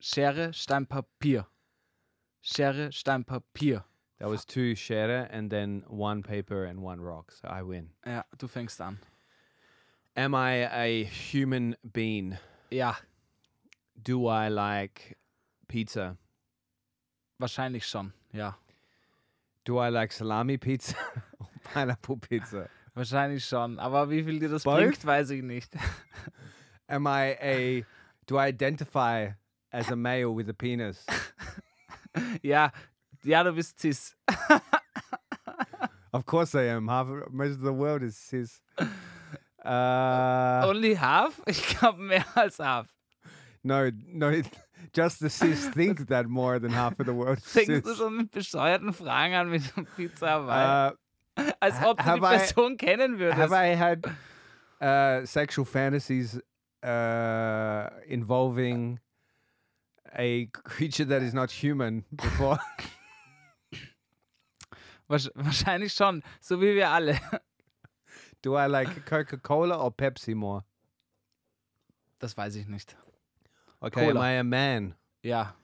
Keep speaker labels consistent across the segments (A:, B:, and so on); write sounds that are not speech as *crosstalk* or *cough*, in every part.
A: Schere, Stein, Papier. Schere, Stein, Papier.
B: That was two Schere and then one paper and one rock. So I win.
A: Ja, du fängst an.
B: Am I a human being?
A: Ja,
B: Do I like pizza?
A: wahrscheinlich schon. Ja,
B: Do I like salami pizza *laughs* or pineapple pizza?
A: wahrscheinlich schon. Aber wie viel dir das
B: Both?
A: bringt, weiß ich nicht. *laughs*
B: Am I a. Do I identify as a male with a penis?
A: Ja, ja, du bist cis.
B: Of course I am. Half most of the world is cis. Uh,
A: Only half? Ich glaube mehr als half.
B: no, no, *laughs* it- just the cis think that more than half of the world is
A: Fängst du
B: cis.
A: schon mit bescheuerten Fragen an mit dem Pizza Hawaii?
B: Uh,
A: Als ob du die
B: have I-
A: Person kennen würdest.
B: have I had uh, sexual fantasies uh, involving a creature that is not human before? *laughs*
A: Wahrsch- Wahrscheinlich schon, so wie wir alle.
B: Do I like Coca Cola or Pepsi more?
A: Das weiß ich nicht.
B: Okay, am
A: Cola.
B: I a man?
A: Ja.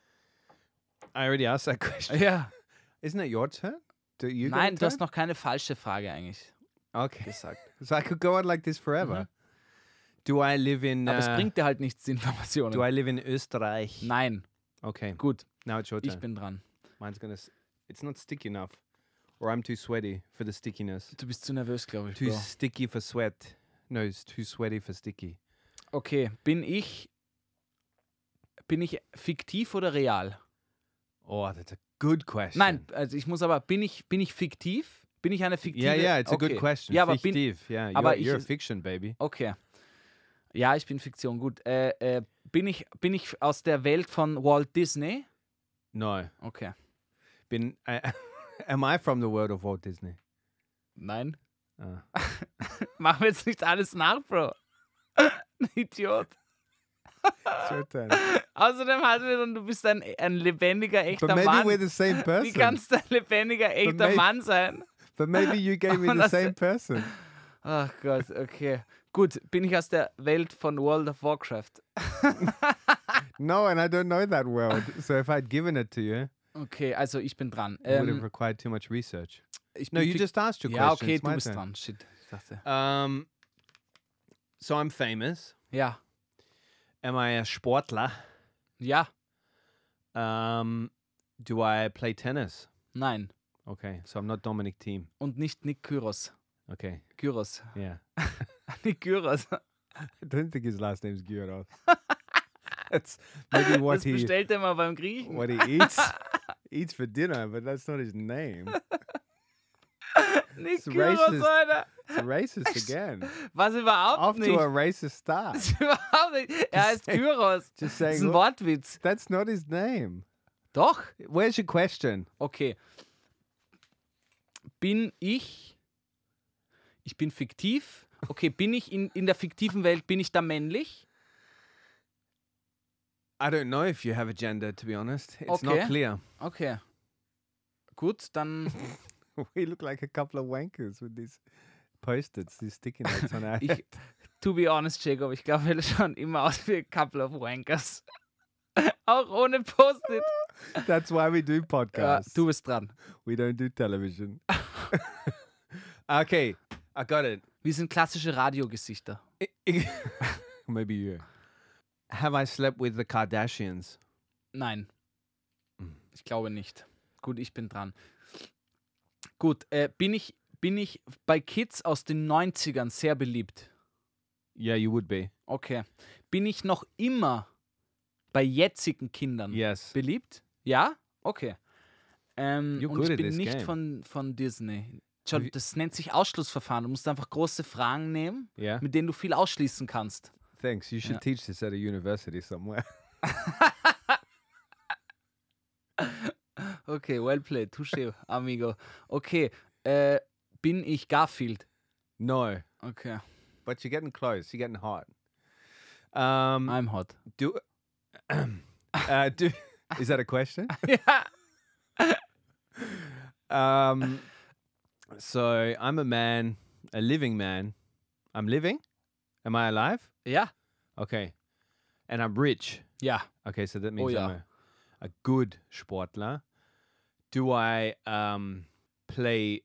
B: I already asked that question.
A: Ja.
B: *laughs* Isn't it your turn? Do you get a
A: Nein, du
B: turn?
A: hast noch keine falsche Frage eigentlich
B: Okay.
A: gesagt.
B: So I could go on like this forever. Do I live in?
A: Aber es
B: uh,
A: bringt dir halt nichts, die Informationen.
B: do I live in Österreich?
A: Nein,
B: Okay.
A: gut,
B: Now it's your
A: ich
B: turn.
A: bin dran.
B: Mine's gonna. S- it's not sticky enough, or I'm too sweaty for the stickiness.
A: Du bist zu nervös, glaube ich.
B: Too
A: Bro.
B: sticky for sweat. No, it's too sweaty for sticky.
A: Okay, bin ich bin ich fiktiv oder real?
B: Oh, that's a good question.
A: Nein, also ich muss aber bin ich bin ich fiktiv? Bin ich eine fiktive?
B: Yeah, yeah, it's a good
A: Okay.
B: question.
A: Ja, aber bin
B: Fiktiv. yeah, you're,
A: aber ich-
B: you're a fiction baby.
A: Okay. Ja, ich bin Fiktion, gut. Äh, äh, bin ich bin ich aus der Welt von Walt Disney?
B: No,
A: Okay.
B: been. *laughs* I, am I from the world of Walt Disney?
A: Nein. *laughs*
B: Uh,
A: Machen wir jetzt nicht alles nach, Bro. *laughs* Idiot.
B: it's your turn.
A: Außerdem hatten wir dann, du bist ein, ein lebendiger, echter
B: But maybe
A: Mann.
B: we're the same person.
A: Wie kannst du ein lebendiger, echter
B: may-
A: Mann sein?
B: But maybe you gave me
A: Und
B: the
A: das-
B: same person.
A: Ach Gott, okay. Gut, bin ich aus der Welt von World of Warcraft.
B: No, and I don't know that world. So if I'd given it to you,
A: Okay, also ich bin dran.
B: it would have
A: Ähm,
B: required too much research.
A: ich bin
B: No, you
A: fik-
B: just asked your
A: ja,
B: question.
A: okay,
B: It's
A: du
B: my
A: bist
B: turn.
A: dran. Shit, ich dachte.
B: Um, so I'm famous.
A: Ja,
B: Am I a Sportler?
A: ja,
B: Um, do I play tennis?
A: nein.
B: Okay, so I'm not Dominic Team.
A: Und nicht Nick Kyros.
B: Okay,
A: Kyros.
B: yeah.
A: *laughs* Nick Kyros.
B: *laughs* I don't think his last name's Gyros. *laughs* that's maybe what
A: Das
B: he
A: bestellt er mal beim Griechen.
B: what he *laughs* eats eats for dinner, but that's not his name.
A: Nick
B: it's
A: Kyros,
B: racist.
A: Alter.
B: It's racist *laughs* again.
A: Was überhaupt
B: Off
A: nicht.
B: to
A: *laughs*
B: a racist start. *laughs*
A: Das ist überhaupt nicht. Er heißt
B: saying-
A: Kyros.
B: just
A: das ist ein
B: saying-
A: Wortwitz.
B: That's not his name.
A: Doch.
B: Where's your question?
A: Okay. Bin ich. Ich bin fiktiv. Okay, bin ich in, in der fiktiven Welt, bin ich da männlich?
B: I don't know if you have a gender, to be honest. It's
A: Okay.
B: not clear. *laughs*
A: Okay. Gut, dann.
B: We look like a couple of wankers with these post-its, these sticky notes *laughs* on our head.
A: Ich, to be honest, Jacob, ich glaube, wir schauen immer aus wie a couple of wankers. *laughs* Auch ohne Post-it.
B: That's why we Uh, do
A: Ja,
B: podcasts.
A: du bist dran.
B: we don't do *laughs* television. okay, I got it.
A: Wir sind klassische Radiogesichter.
B: I- I- *laughs* Maybe you. Have I slept with the Kardashians?
A: Nein.
B: Hm.
A: Ich glaube nicht. Gut, ich bin dran. Gut, äh, bin, ich, bin ich bei Kids aus den 90ern sehr beliebt?
B: Yeah, you would be.
A: Okay. Bin ich noch immer bei jetzigen Kindern
B: Yes.
A: beliebt? Ja? Okay. Ähm,
B: You're
A: und
B: good
A: ich
B: at
A: bin
B: this
A: nicht
B: game.
A: von, von Disney.
B: Have
A: John,
B: you-
A: das nennt sich Ausschlussverfahren. Du musst einfach große Fragen nehmen,
B: Yeah.
A: mit denen du viel ausschließen kannst.
B: Thanks. You should
A: Yeah.
B: teach this at a university somewhere. *laughs*
A: Okay, well played,
B: *laughs*
A: touché, amigo. Okay, äh, bin ich Garfield?
B: no,
A: Okay,
B: but you're getting close. You're getting hot. Um, *laughs*
A: I'm hot.
B: Do, uh, do is that a question?
A: *laughs* ja.
B: Um, so I'm a man, a living man. I'm living. Am I alive?
A: ja,
B: Okay, and I'm rich.
A: Yeah.
B: Okay, so that means
A: Oh, yeah.
B: I'm a, a good Sportler. Do I um, play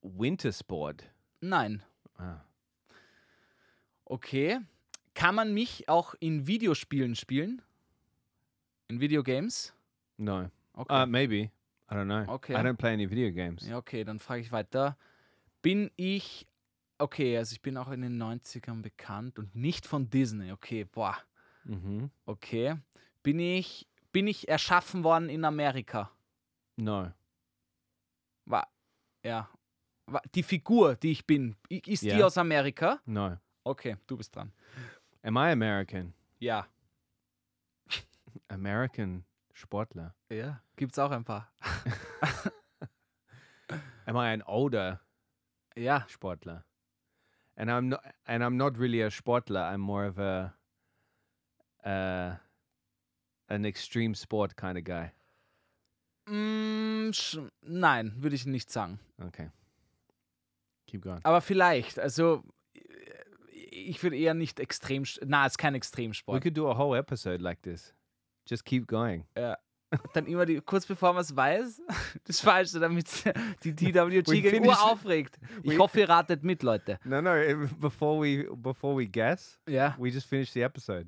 B: winter sport?
A: Nein.
B: Ah.
A: Okay. Kann man mich auch in Videospielen spielen? In Videogames?
B: No.
A: Okay.
B: Uh, maybe. I don't know.
A: Okay.
B: I don't play any video games.
A: Ja, okay, dann frage ich weiter. Bin ich. Okay, also ich bin auch in den 90ern bekannt und nicht von Disney. Okay, boah.
B: Mhm.
A: Okay. Bin ich. Bin ich erschaffen worden in Amerika?
B: No.
A: War. Ja. War, die Figur, die ich bin, i- ist die
B: Ja.
A: aus Amerika?
B: No.
A: Okay, du bist dran.
B: Am I American?
A: Ja.
B: American Sportler.
A: Ja. Gibt's auch ein paar.
B: Am I an older
A: Ja.
B: Sportler? And I'm not. And I'm not really a Sportler. I'm more of a. Uh, an extreme sport kind of guy.
A: Mm, sch- nein, würde ich nicht sagen.
B: Okay. Keep going.
A: Aber vielleicht. Also, äh, ich würde eher nicht extrem. Na, ist kein Extremsport.
B: We could do a whole episode like this. Just keep going.
A: Dann immer die, kurz bevor man es weiß, *laughs* das Falsche, damit *laughs* die DWG
B: We
A: gegen
B: finish-
A: Uhr aufregt. Ich
B: we-
A: hoffe, ihr ratet mit,
B: *laughs*
A: Leute.
B: No, no. it- Before we before we guess,
A: Ja.
B: we just finished the *laughs* episode.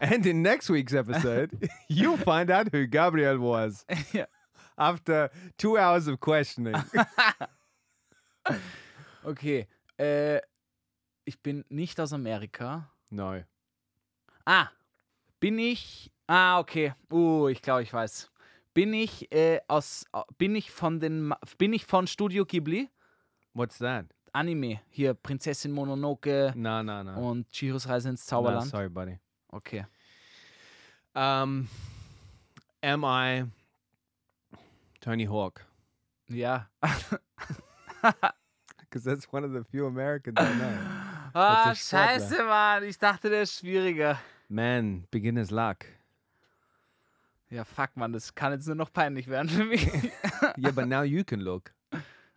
B: And in next week's *laughs* episode, you'll find out who Gabriel *laughs* was
A: *laughs* Ja.
B: after two hours of questioning.
A: Okay. Äh, ich bin nicht aus Amerika.
B: *laughs* no.
A: Ah, bin ich. Ah, okay. Uh, ich glaube, ich weiß. Bin ich äh, aus. au- Bin ich von den. Ma- Bin ich von Studio Ghibli?
B: What's that?
A: Anime. Hier, Prinzessin Mononoke
B: No, no, no.
A: und Chihiros Reise ins
B: no
A: Zauberland.
B: sorry, buddy.
A: Okay.
B: Um, am I Tony Hawk?
A: Ja.
B: Because that's one of the few Americans I know.
A: Ah, *laughs*
B: ist Sportler.
A: scheiße, Mann. Ich dachte, der ist schwieriger.
B: *gasps* Man, beginner's *laughs* luck.
A: Ja, fuck, Mann, das kann jetzt nur noch peinlich werden für mich.
B: *laughs* Yeah, but now you can look.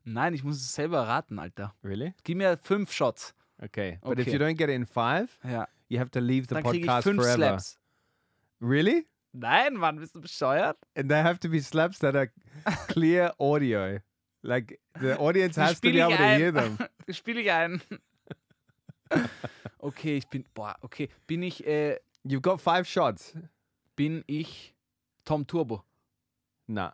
A: Nein, ich muss es selber raten, Alter.
B: Really?
A: Gib mir fünf Shots.
B: Okay. But if
A: Okay.
B: you don't get it in five,
A: Ja.
B: you have to leave the
A: Dann kriege ich
B: podcast
A: fünf
B: forever.
A: Slaps.
B: Really?
A: Nein, Mann, bist du bescheuert?
B: And they have to be slaps
A: *laughs*
B: that are clear audio. Like the audience
A: Die
B: has to be
A: spiele
B: able
A: ich
B: to hear
A: ein. *laughs*
B: them.
A: Die spiele ich
B: *laughs*
A: ein. Okay, ich bin. Boah, okay. Bin ich, äh,
B: You've got five shots.
A: bin ich Tom Turbo?
B: Nah.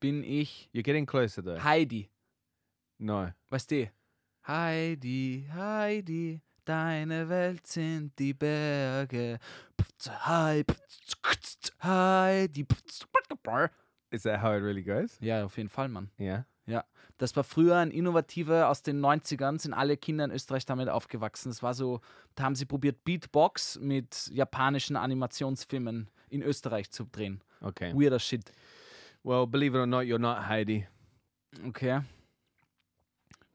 A: Bin ich
B: You're getting closer though.
A: Heidi?
B: No.
A: Weißt du? Heidi, Heidi, deine Welt sind die Berge. Pfz, Hei, pfz, kutz, Heidi. pfz,
B: Is that how it really goes?
A: Ja, auf jeden Fall, Mann.
B: Yeah.
A: Ja. Das war früher ein innovativer aus den 90ern, sind alle Kinder in Österreich damit aufgewachsen. Das war so, da haben sie probiert, Beatbox mit japanischen Animationsfilmen in Österreich zu drehen.
B: Okay.
A: Weirder Shit.
B: Well, believe it or not, you're not Heidi.
A: Okay.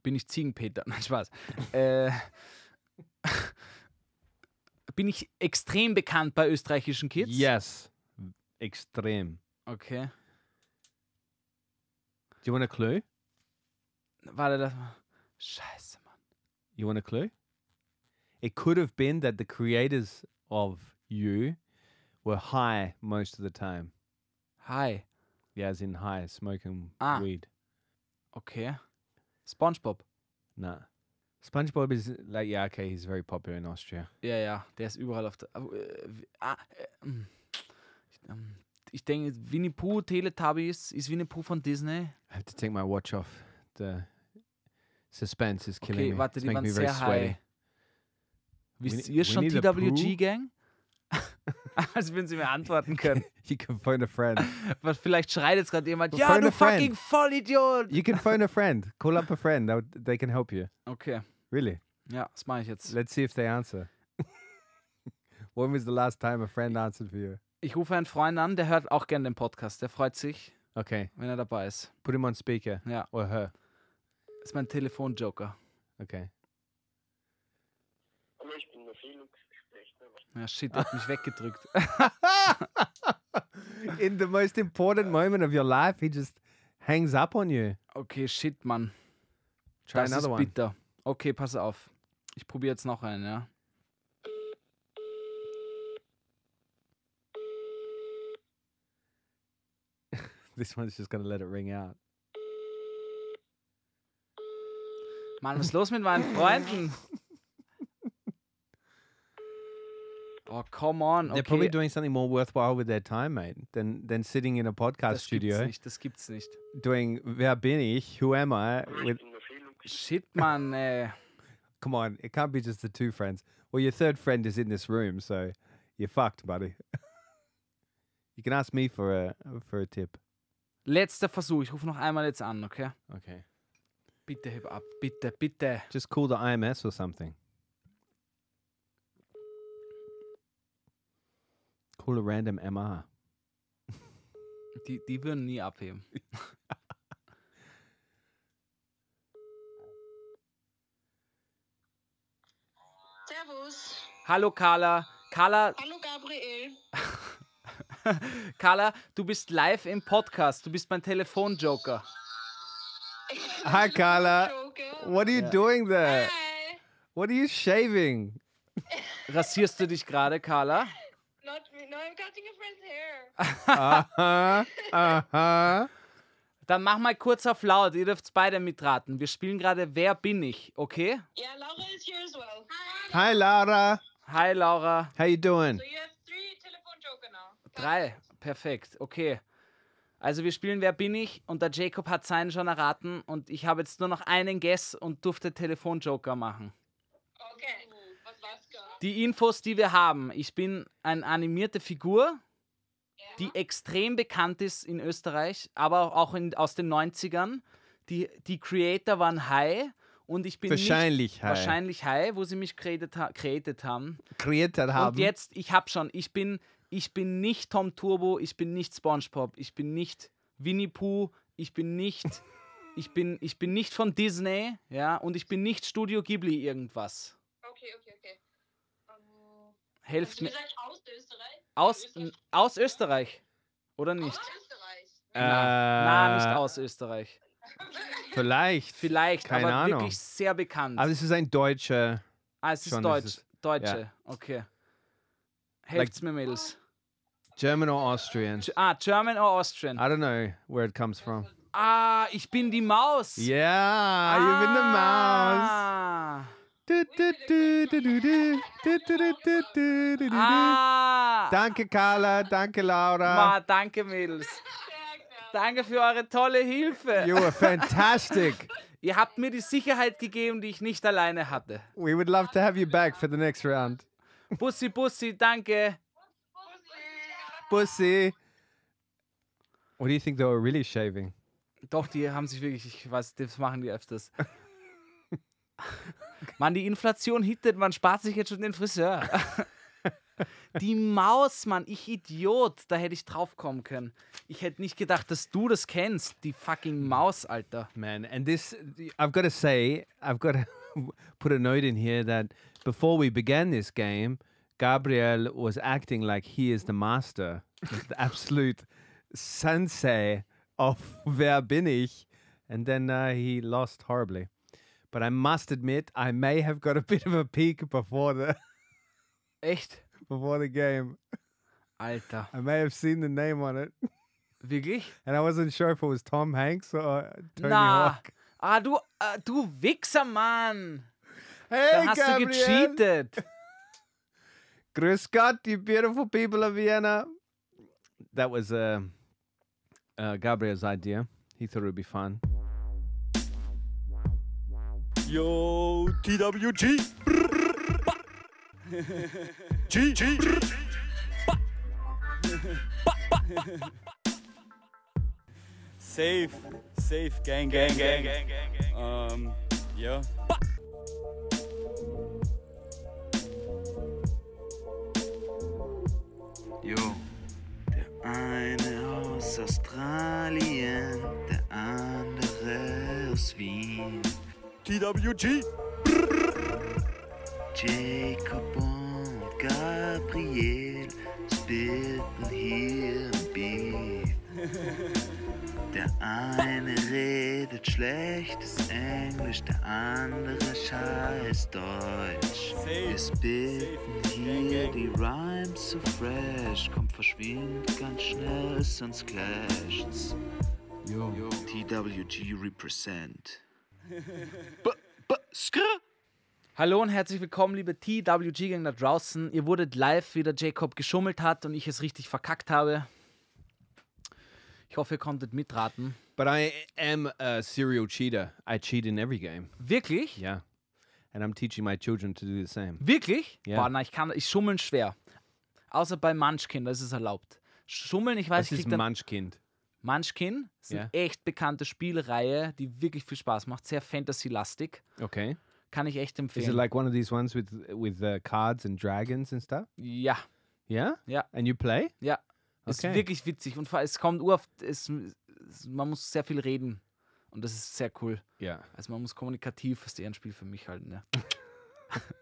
A: Bin ich Ziegenpeter? *laughs* Nein, Spaß. äh, *laughs* bin ich extrem bekannt bei österreichischen Kids?
B: Yes. Extreme.
A: Okay.
B: Do you want a clue?
A: Warte, das Scheiße, Mann.
B: You want a clue? It could have been that the creators of you were high most of the time.
A: Hi.
B: Yeah, as in high, smoking
A: Ah.
B: weed.
A: Okay. SpongeBob.
B: Nah. SpongeBob is like, yeah, okay, he's very popular in Austria.
A: Ja, ja, der ist überall auf der. au- äh, w- ah, äh, mm. ich, ähm, ich denke, Winnie Pooh, Teletubbies, ist Winnie Pooh von Disney.
B: I have to take my watch off. The suspense is killing
A: Okay,
B: me.
A: warte,
B: it's
A: die
B: making
A: waren
B: me very
A: sehr high.
B: sweaty. *laughs*
A: Wisst
B: Winnie-
A: ihr schon
B: Winnie the
A: *laughs*
B: Pooh?
A: TWG-Gang? Als würden Also, sie mir
B: *laughs*
A: antworten können.
B: You can phone a friend.
A: *laughs* Was, vielleicht schreit jetzt gerade jemand,
B: Well,
A: ja,
B: phone
A: du
B: a friend."
A: fucking Vollidiot!
B: You can phone a friend. Call up a friend. They'll- They can help you.
A: Okay, *laughs*
B: Really.
A: ja, das mache ich jetzt.
B: Let's see if they answer. *laughs* when was the last time a friend answered for you?
A: Ich rufe einen Freund an, der hört auch gern den Podcast. Der freut sich,
B: Okay,
A: wenn er dabei ist.
B: put him on speaker
A: Ja,
B: or her.
A: ist mein Telefonjoker. *laughs*
B: Okay.
C: Hallo, ich bin der Felix, sprecht mir was.
A: Ja, shit, hat
B: *laughs*
A: mich weggedrückt.
B: in the most important moment of your life, he just hangs up on you.
A: Okay, shit, Mann.
B: Try
A: das
B: another
A: ist
B: one.
A: bitter. Okay, pass auf. Ich probiere jetzt noch einen, ja.
B: this *laughs* one's just gonna let it ring out.
A: Mann, was ist los mit meinen
B: *laughs*
A: Freunden? Oh, come on.
B: They're probably
A: Okay.
B: doing something more worthwhile with their time, mate, than than sitting in a podcast
A: Das gibt's
B: studio
A: nicht, das gibt's nicht.
B: doing "Wer bin ich? Who am I?" With
C: in der Felux.
A: Shit, Mann, ey.
B: come on, it can't be just the two friends. Well, your third friend is in this room, so you're fucked, buddy. *laughs* you can ask me for a for a tip.
A: Letzter Versuch. Ich rufe noch einmal jetzt an, okay?
B: Okay.
A: Bitte heb ab. Bitte, bitte.
B: Just call the IMS or something. Call a random MR.
A: Die, die würden nie abheben.
D: Servus.
A: Hallo, Carla. Carla,
D: Hallo Gabriel.
A: Carla, du bist live im Podcast. Du bist mein Telefonjoker.
B: Hi,
A: Äh,
B: Carla.
D: Joker.
B: What are you doing there?
D: Ah. Hi.
B: What are you shaving?
A: Rasierst du dich gerade, Carla?
D: Not me. No, I'm cutting a friend's hair.
A: Ah.
B: uh huh. Uh huh.
A: Dann mach mal kurz auf laut. Ihr dürft beide mitraten. Wir spielen gerade Wer bin ich, okay?
D: Yeah, Laura is here as well. Hi.
B: Hi, Laura.
A: Hi, Laura.
B: How you doing?
D: So you have three telephone Joker now.
A: Drei. Perfekt, okay. Also wir spielen Wer bin ich und der Jacob hat seinen schon erraten und ich habe jetzt nur noch einen Guess und durfte Telefonjoker machen.
D: Okay. Was war's gar?
A: Die Infos, die wir haben. Ich bin eine animierte Figur,
D: Ja.
A: die extrem bekannt ist in Österreich, aber auch in, aus den 90ern. Die, die Creator waren High und ich bin nicht,
B: Wahrscheinlich. äh, hi.
A: wahrscheinlich High, wo sie mich created, ha created haben.
B: Created haben.
A: Und jetzt, ich hab schon, ich bin, ich bin nicht Tom Turbo, ich bin nicht SpongeBob, ich bin nicht Winnie Pooh, ich bin
B: *laughs*
A: nicht, ich bin, ich bin nicht von Disney, ja, und ich bin nicht Studio Ghibli irgendwas.
D: Okay, okay, okay. Ähm,
A: Helft
D: Hast du
A: mir.
D: gesagt aus Österreich?
A: Aus, aus Österreich. Oder nicht?
D: Aus Österreich.
B: äh,
A: Na, nicht aus Österreich.
B: Vielleicht.
A: Vielleicht,
B: Keine
A: aber
B: Ahnung.
A: wirklich sehr bekannt.
B: Aber es ist ein deutscher.
A: ah, es ist
B: schon,
A: Deutsch.
B: es ist-
A: Deutsche, okay. Helft's mir, Mädels.
B: German or Austrian.
A: Ge- Ah, German or Austrian?
B: I don't know where it comes from.
A: Ah, ich bin die Maus.
B: Yeah, you've been the mouse.
A: Ah.
B: Du, du, du, du, du, du, du, du, du, du, du, du, du.
A: Ah.
B: Danke, Carla. Danke, Laura.
A: Ma, danke, Mädels. Danke für eure tolle Hilfe.
B: You were fantastic.
A: Ihr habt mir die Sicherheit gegeben, die ich nicht alleine hatte.
B: we would love to have you back for the next round.
A: Bussi, Bussi, danke.
B: Pussy. What do you think they were really shaving?
A: Doch, die haben sich wirklich, ich weiß, das machen die
B: *laughs*
A: öfters. Mann, die Inflation hittet, man spart sich jetzt schon den
B: *laughs*
A: Friseur. Die Maus, Mann, ich Idiot, da hätte ich drauf kommen können. Ich hätte nicht gedacht, dass du das kennst, die fucking Maus, Alter.
B: Man, and this, I've got to say, I've got to *laughs* put a note in here that before we began this game, Gabriel was acting like he is the master, the absolute sensei of *laughs* Wer bin ich? And then uh, he lost horribly. But I must admit, I may have got a bit of a peek before the *laughs*
A: Echt?
B: before the game.
A: Alter.
B: I may have seen the name on it,
A: Wirklich?
B: and I wasn't sure if it was Tom Hanks or uh, Tony
A: Na.
B: Hawk.
A: Ah, du, ah, du Wichser, Mann.
B: Hey,
A: Da hast du
B: Gabriel!
A: gecheatet.
B: Grüß Gott, you beautiful people of Vienna. That was uh, uh, Gabriel's idea. He thought it would be fun.
E: Yo, TWG. Brr, brr, brr, ba. G, G. brr, ba. Ba, ba, ba, ba. Safe, safe, gang, gang, gang, gang, gang, gang. Um, yeah.
F: Jo, der eine aus Australien, der andere aus Wien.
E: TWG.
F: Jacob und Gabriel spitten hier im Beef. Der eine redet schlechtes Englisch, der andere scheiß Deutsch. Wir spitten hier die Rhymes so fresh, kommt verschwind ganz schnell, sonst clasht's. TWG represent. *laughs* B B Skr
A: Hallo und herzlich willkommen, liebe TWG-Gang da draußen. Ihr wurdet live, wie der Jacob geschummelt hat und ich es richtig verkackt habe. Ich hoffe, ihr konntet mitraten.
B: But I am a serial cheater. I cheat in every game.
A: Wirklich?
B: Yeah. And I'm teaching my children to do the same.
A: Wirklich?
B: Ja.
A: Boah, na, ich kann, ich schummeln schwer. Außer bei Munchkin, das ist erlaubt. Schummeln, ich weiß,
B: Das
A: ich
B: ist
A: krieg dann
B: Munchkind.
A: Munchkin ist
B: Ja.
A: eine echt bekannte Spielreihe, die wirklich viel Spaß macht, sehr fantasy-lastig.
B: Okay.
A: Kann ich echt
B: Is
A: empfehlen.
B: it like one of these ones with with uh, cards and dragons and stuff?
A: ja,
B: Yeah.
A: Ja.
B: And you play?
A: ja.
B: Okay.
A: Ist wirklich witzig und vor allem, es kommt oft, es, es, man muss sehr viel reden und das ist sehr cool.
B: Yeah.
A: Also man muss kommunikativ, ist eher ein Spiel für mich halt, ne? halten,
B: *laughs*
A: ja.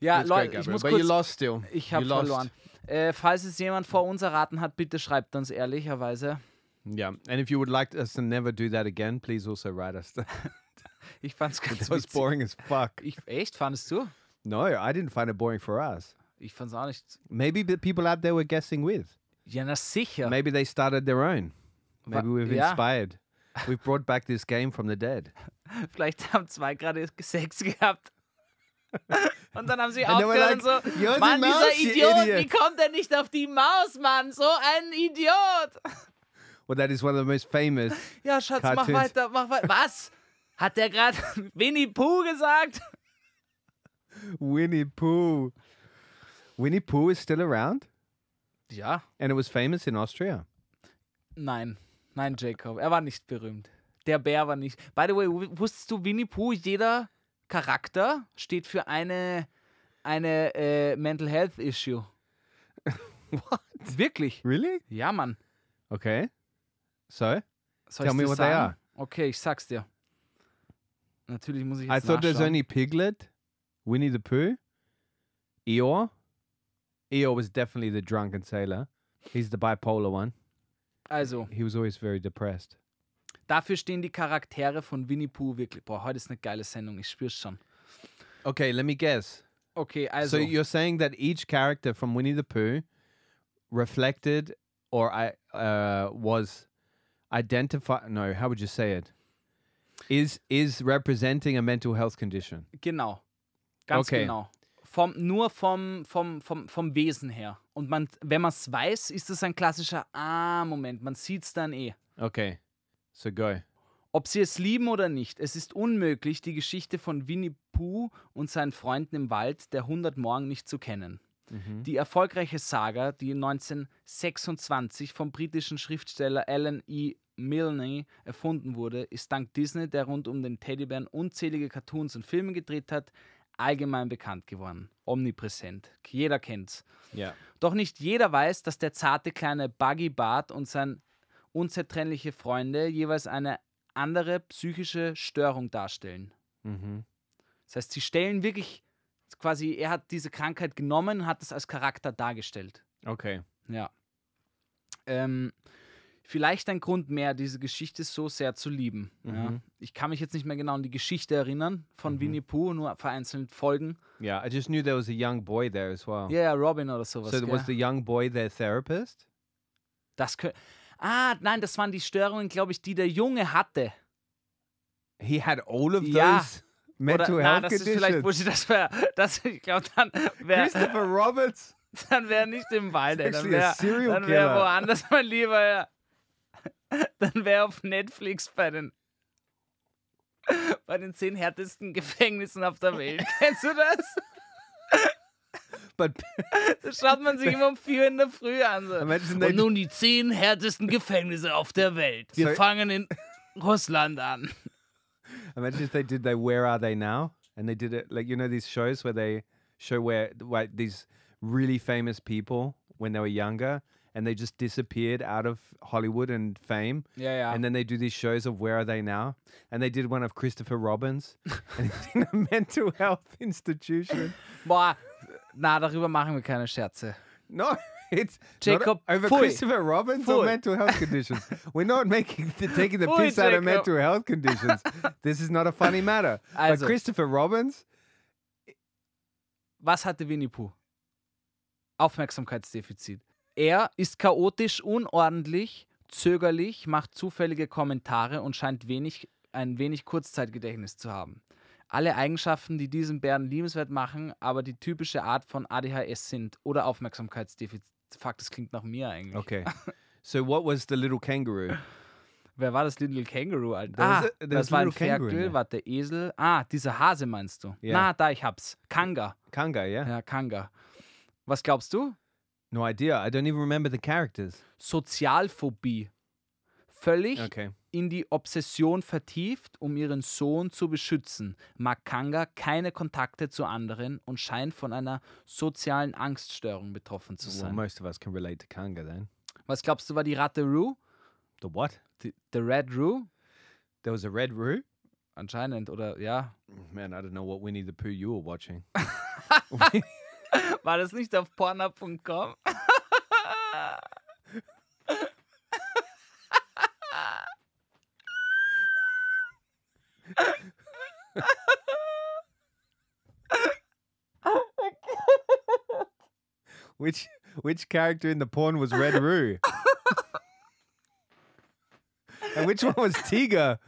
A: ja,
B: That's great,
A: Leute, ich
B: Gabriel.
A: muss
B: But you
A: kurz...
B: lost still.
A: Ich
B: You
A: habe
B: lost.
A: verloren. Äh, falls es jemand vor uns erraten hat, bitte schreibt uns ehrlicherweise.
B: Yeah. And if you would like us to never do that again, please also write us. *laughs* that
A: Ich
B: *laughs*
A: fand's ganz
B: was
A: witzig.
B: boring as *laughs* fuck.
A: Ich, echt, fandest du?
B: No, I didn't find it boring for us.
A: Ich fand's auch nicht.
B: Maybe the people out there were guessing with.
A: Ja, na sicher.
B: Maybe they started their own.
A: Wa-
B: Maybe we've
A: yeah.
B: inspired. We've brought back this game from the *laughs* dead.
A: *laughs* Vielleicht haben zwei gerade Sex *laughs* gehabt. Und dann haben sie
B: *laughs* And they were
A: aufgehört
B: like,
A: und so,
B: "You're the
A: Mann, dieser
B: mouse, you
A: Idiot, wie
B: idiot."
A: kommt er nicht auf die Maus, Mann? So ein Idiot.
B: Well, that is one of the most famous.
A: Ja, Schatz, mach
B: Cartoons.
A: weiter, mach weiter. Was? Hat der gerade *laughs* Winnie Pooh gesagt?
B: *laughs* Winnie Pooh. Winnie Pooh is still around,
A: Ja,
B: and it was famous in Austria.
A: Nein, nein, Jacob. Er war nicht berühmt. Der Bär war nicht. By the way, wu- wusstest du, Winnie Pooh, jeder Charakter steht für eine, eine äh, Mental Health Issue.
B: *laughs* What?
A: Wirklich?
B: Really?
A: Ja, Mann.
B: Okay. So
A: Soll
B: Tell
A: ich's
B: me
A: dir
B: what they
A: sagen? Okay, ich sag's dir. Natürlich muss ich jetzt
B: I thought there's
A: nachschauen.
B: only Piglet, Winnie the Pooh, Eeyore. Eeyore was definitely the drunken sailor. He's the bipolar one.
A: also,
B: He was always very depressed.
A: dafür stehen die Charaktere von Winnie Pooh wirklich. Boah, heute ist eine geile Sendung, ich spür's schon.
B: Okay, let me guess.
A: Okay, also,
B: so you're saying that each character from Winnie the Pooh reflected or I uh, was identified. No, how would you say it? Is is representing a mental health condition?
A: genau. Ganz
B: Okay.
A: genau. Vom, nur vom, vom, vom, vom Wesen her. Und man, wenn man es weiß, ist es ein klassischer Ah-Moment. Man sieht es dann eh.
B: Okay, so go.
A: Ob sie es lieben oder nicht, es ist unmöglich, die Geschichte von Winnie Pooh und seinen Freunden im Wald der 100 Morgen nicht zu kennen. Die erfolgreiche Saga, die 1926 vom britischen Schriftsteller Alan E. Milne erfunden wurde, ist dank Disney, der rund um den Teddybären unzählige Cartoons und Filme gedreht hat, allgemein bekannt geworden. Omnipräsent. Jeder kennt's.
B: Yeah.
A: Doch nicht jeder weiß, dass der zarte kleine Buggy Bart und sein unzertrennliche Freunde jeweils eine andere psychische Störung darstellen.
B: Mm-hmm.
A: Das heißt, sie stellen wirklich quasi, er hat diese Krankheit genommen und hat es als Charakter dargestellt.
B: Okay.
A: Ja. Ähm, vielleicht ein Grund mehr, diese Geschichte so sehr zu lieben. Ja.
B: Mhm.
A: Ich kann mich jetzt nicht mehr genau an die Geschichte erinnern von Winnie Pooh, nur vereinzelt Folgen.
B: Yeah, I just knew there was a young boy there as well.
A: Ja, ja, Robin oder sowas.
B: So
A: gell?
B: was the young boy their therapist?
A: Das kö- Ah, nein, das waren die Störungen, glaube ich, die der Junge hatte.
B: He had all of
A: Yeah.
B: those mental
A: Oder, na,
B: health
A: das ist vielleicht
B: conditions.
A: Bullshit, das wäre, *laughs* das, ich glaube, dann wäre
B: Christopher Roberts.
A: *laughs* dann wär nicht im Wald, ey, dann
B: actually a
A: wäre
B: serial
A: dann wär
B: killer.
A: woanders, *laughs* mein Lieber, ja. Dann wäre auf Netflix bei den bei den zehn härtesten Gefängnissen auf der Welt. *laughs* Kennst du das?
B: *laughs* But *laughs*
A: Das schaut man sich immer um vier in der Früh an. So.
B: Imagine they-
A: Und nun die zehn härtesten Gefängnisse auf der Welt. Wir
B: Sorry.
A: fangen in Russland an.
B: Imagine if they did they Where Are They Now? And they did it like you know these shows where they show where like these really famous people when they were younger and they just disappeared out of Hollywood and fame.
A: Ja, ja.
B: And then they do these shows of Where Are They Now? And they did one of Christopher *laughs* Robbins and he's in a mental health institution.
A: Boah, na, darüber machen wir keine Scherze.
B: No, *laughs* it's
A: Jacob,
B: not over
A: pfui.
B: Christopher Robbins
A: Pfui.
B: or mental health conditions. We're not making the, taking the
A: Pfui,
B: piss out of
A: Jacob.
B: mental health conditions. this is not a funny matter.
A: Also.
B: But Christopher Robbins,
A: Was hatte Winnie Pooh? Aufmerksamkeitsdefizit. Er ist chaotisch, unordentlich, zögerlich, macht zufällige Kommentare und scheint wenig, ein wenig Kurzzeitgedächtnis zu haben. Alle Eigenschaften, die diesen Bären liebenswert machen, aber die typische Art von ADHS sind oder Aufmerksamkeitsdefizit. Fuck, das klingt nach mir eigentlich.
B: okay. *laughs* So what was the little kangaroo?
A: Wer war das Little Kangaroo, Alter?
B: Da
A: Ah,
B: ist- da
A: das
B: ist
A: war ein
B: Little Kangaroo,
A: Ferkel,
B: ne?
A: war der Esel. Ah, dieser Hase meinst du?
B: Ja.
A: Na, da, ich hab's. Kanga.
B: Kanga, *laughs* yeah?
A: Ja, Kanga. Was glaubst du?
B: No idea. I don't even remember the characters.
A: Sozialphobie. Völlig
B: Okay.
A: in die Obsession vertieft, um ihren Sohn zu beschützen, mag Kanga keine Kontakte zu anderen und scheint von einer sozialen Angststörung betroffen zu
B: Well,
A: sein.
B: most of us can relate to Kanga then.
A: Was glaubst du, war die Ratte Roo?
B: The what?
A: Die, the Red Roo?
B: There was a red roo?
A: Anscheinend, oder ja.
B: Man, I don't know what Winnie the Pooh you were watching.
A: *laughs* War das nicht auf pornhub.com?
B: Which which character in the porn was Red Roo? and which one was Tiga?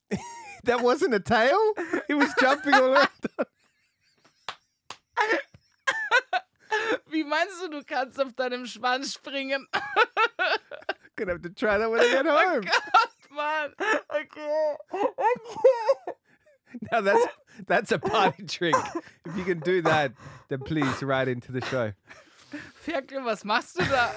B: *laughs* that wasn't a tail? He was jumping all around.
A: *laughs*
B: *laughs*
A: Wie meinst du, du kannst auf deinem Schwanz springen? *laughs*
B: Gonna have to try that when I get home.
A: Mann, okay.
B: Now that's that's a party trick. If you can do that, then please write into the show.
A: Ferkel, was machst du da?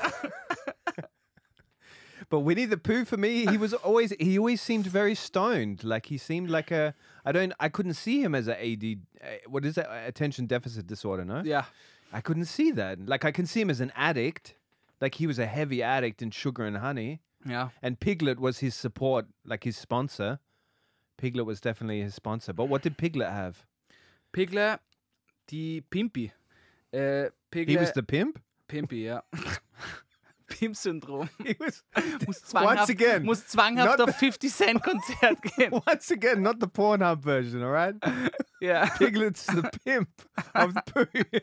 B: But Winnie the Pooh for me, he was always he always seemed very stoned. Like he seemed like a I don't I couldn't see him as a AD eh, what is that attention deficit disorder, no?
A: *laughs* ja.
B: I couldn't see that. Like I can see him as an addict. Like he was a heavy addict in sugar and honey.
A: Ja.
B: And Piglet was his support, like his sponsor. Piglet was definitely his sponsor. But what did Piglet have?
A: Pigler, die Pimpi. Äh, Pigler,
B: He was the pimp?
A: Pimpi, ja. *laughs* Pimp-Syndrom.
B: *laughs* He was
A: Muss zwanghaft,
B: Once again,
A: muss zwanghaft
B: not
A: auf 50 Cent
B: *laughs*
A: Konzert gehen.
B: once again, not the Pornhub version, all right?
A: ja.
B: Piglet's *laughs* the pimp of Pooh.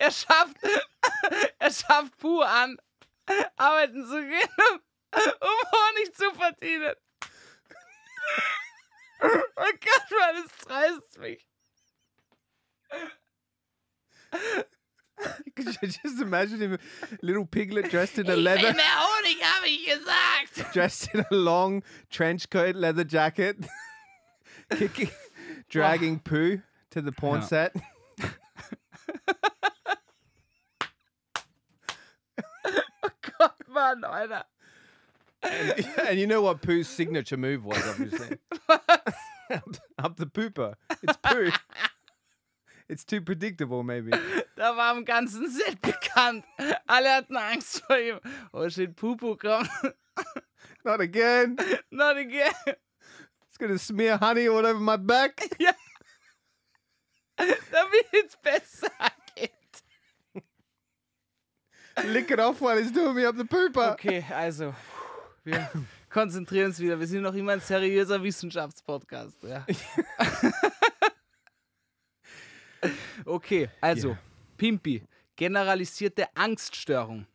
A: Er schafft, er schafft Puh an, arbeiten zu gehen, um Honig zu verdienen. Oh Gott, Mann, es reißt mich.
B: *laughs* Could you just imagine him, little Piglet dressed in a
A: Ich will mehr
B: leather,
A: Honig, habe ich gesagt.
B: dressed in a long trench coat, leather jacket, *laughs* kicking, dragging Pooh to the porn
A: Yeah.
B: set.
A: Gott, Mann, Alter.
B: And, and you know what Pooh's signature move was, obviously. up, up the pooper. It's poo. it's too predictable, maybe.
A: Da war im ganzen Set bekannt. Alle hatten Angst vor ihm. Oh shit, Pupu kommt.
B: Not again.
A: *laughs* Not again.
B: It's gonna smear honey all over my back.
A: *laughs* Damit es besser geht.
B: Lick it off while he's doing me up the pooper. *laughs*
A: Okay, also. Wir konzentrieren uns wieder. Wir sind noch immer ein seriöser Wissenschaftspodcast. Ja. *laughs* okay, also.
B: Ja.
A: Pimpi. Generalisierte Angststörung.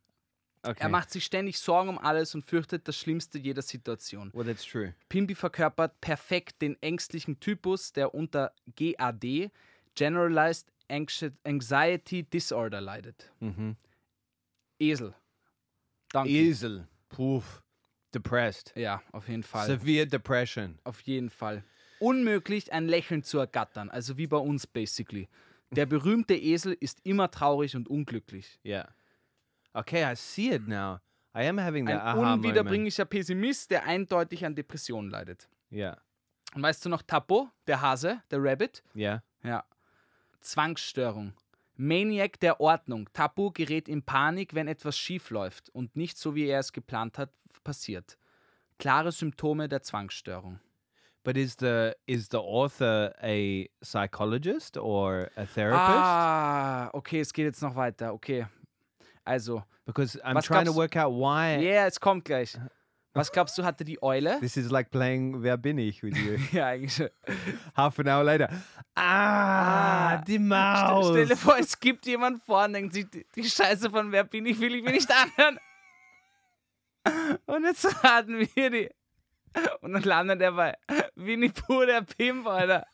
B: okay.
A: Er macht sich ständig Sorgen um alles und fürchtet das Schlimmste jeder Situation.
B: well, that's true.
A: Pimpi verkörpert perfekt den ängstlichen Typus, der unter GAD, Generalized Anxi- Anxiety Disorder, leidet.
B: Mm-hmm.
A: Esel. Danke.
B: Esel. Poof. Depressed.
A: ja, auf jeden Fall.
B: Severe depression.
A: auf jeden Fall. Unmöglich, ein Lächeln zu ergattern, also wie bei uns basically. Der berühmte Esel ist immer traurig und unglücklich.
B: Yeah. Okay, I see it now. I am having
A: Ein
B: that aha moment.
A: unwiederbringlicher Pessimist, der eindeutig an Depressionen leidet.
B: Yeah.
A: Und weißt du noch Tapo, der Hase, der Rabbit?
B: Yeah.
A: Ja. Zwangsstörung. Maniac der Ordnung. Tapu gerät in Panik, wenn etwas schief läuft und nicht so, wie er es geplant hat, passiert. Klare Symptome der Zwangsstörung.
B: But is the is the author a psychologist or a therapist?
A: Ah, okay, es geht jetzt noch weiter. Okay. Also,
B: because I'm
A: was
B: trying to
A: gab's-
B: work out
A: ja,
B: why
A: es kommt gleich. Was glaubst du, hatte die Eule?
B: this is like playing Wer bin ich with you. *laughs*
A: *laughs* Ja, eigentlich. schon.
B: Half an hour later.
A: Ah, *laughs*
B: Ah, die
A: Stell,
B: Maus.
A: stell dir vor, es gibt jemanden vorne, denkt sich, die, die Scheiße von wer bin ich, will ich mir nicht anhören. Und jetzt hatten wir die. Und dann landet er bei Winnie Pooh, der Pimp, Alter.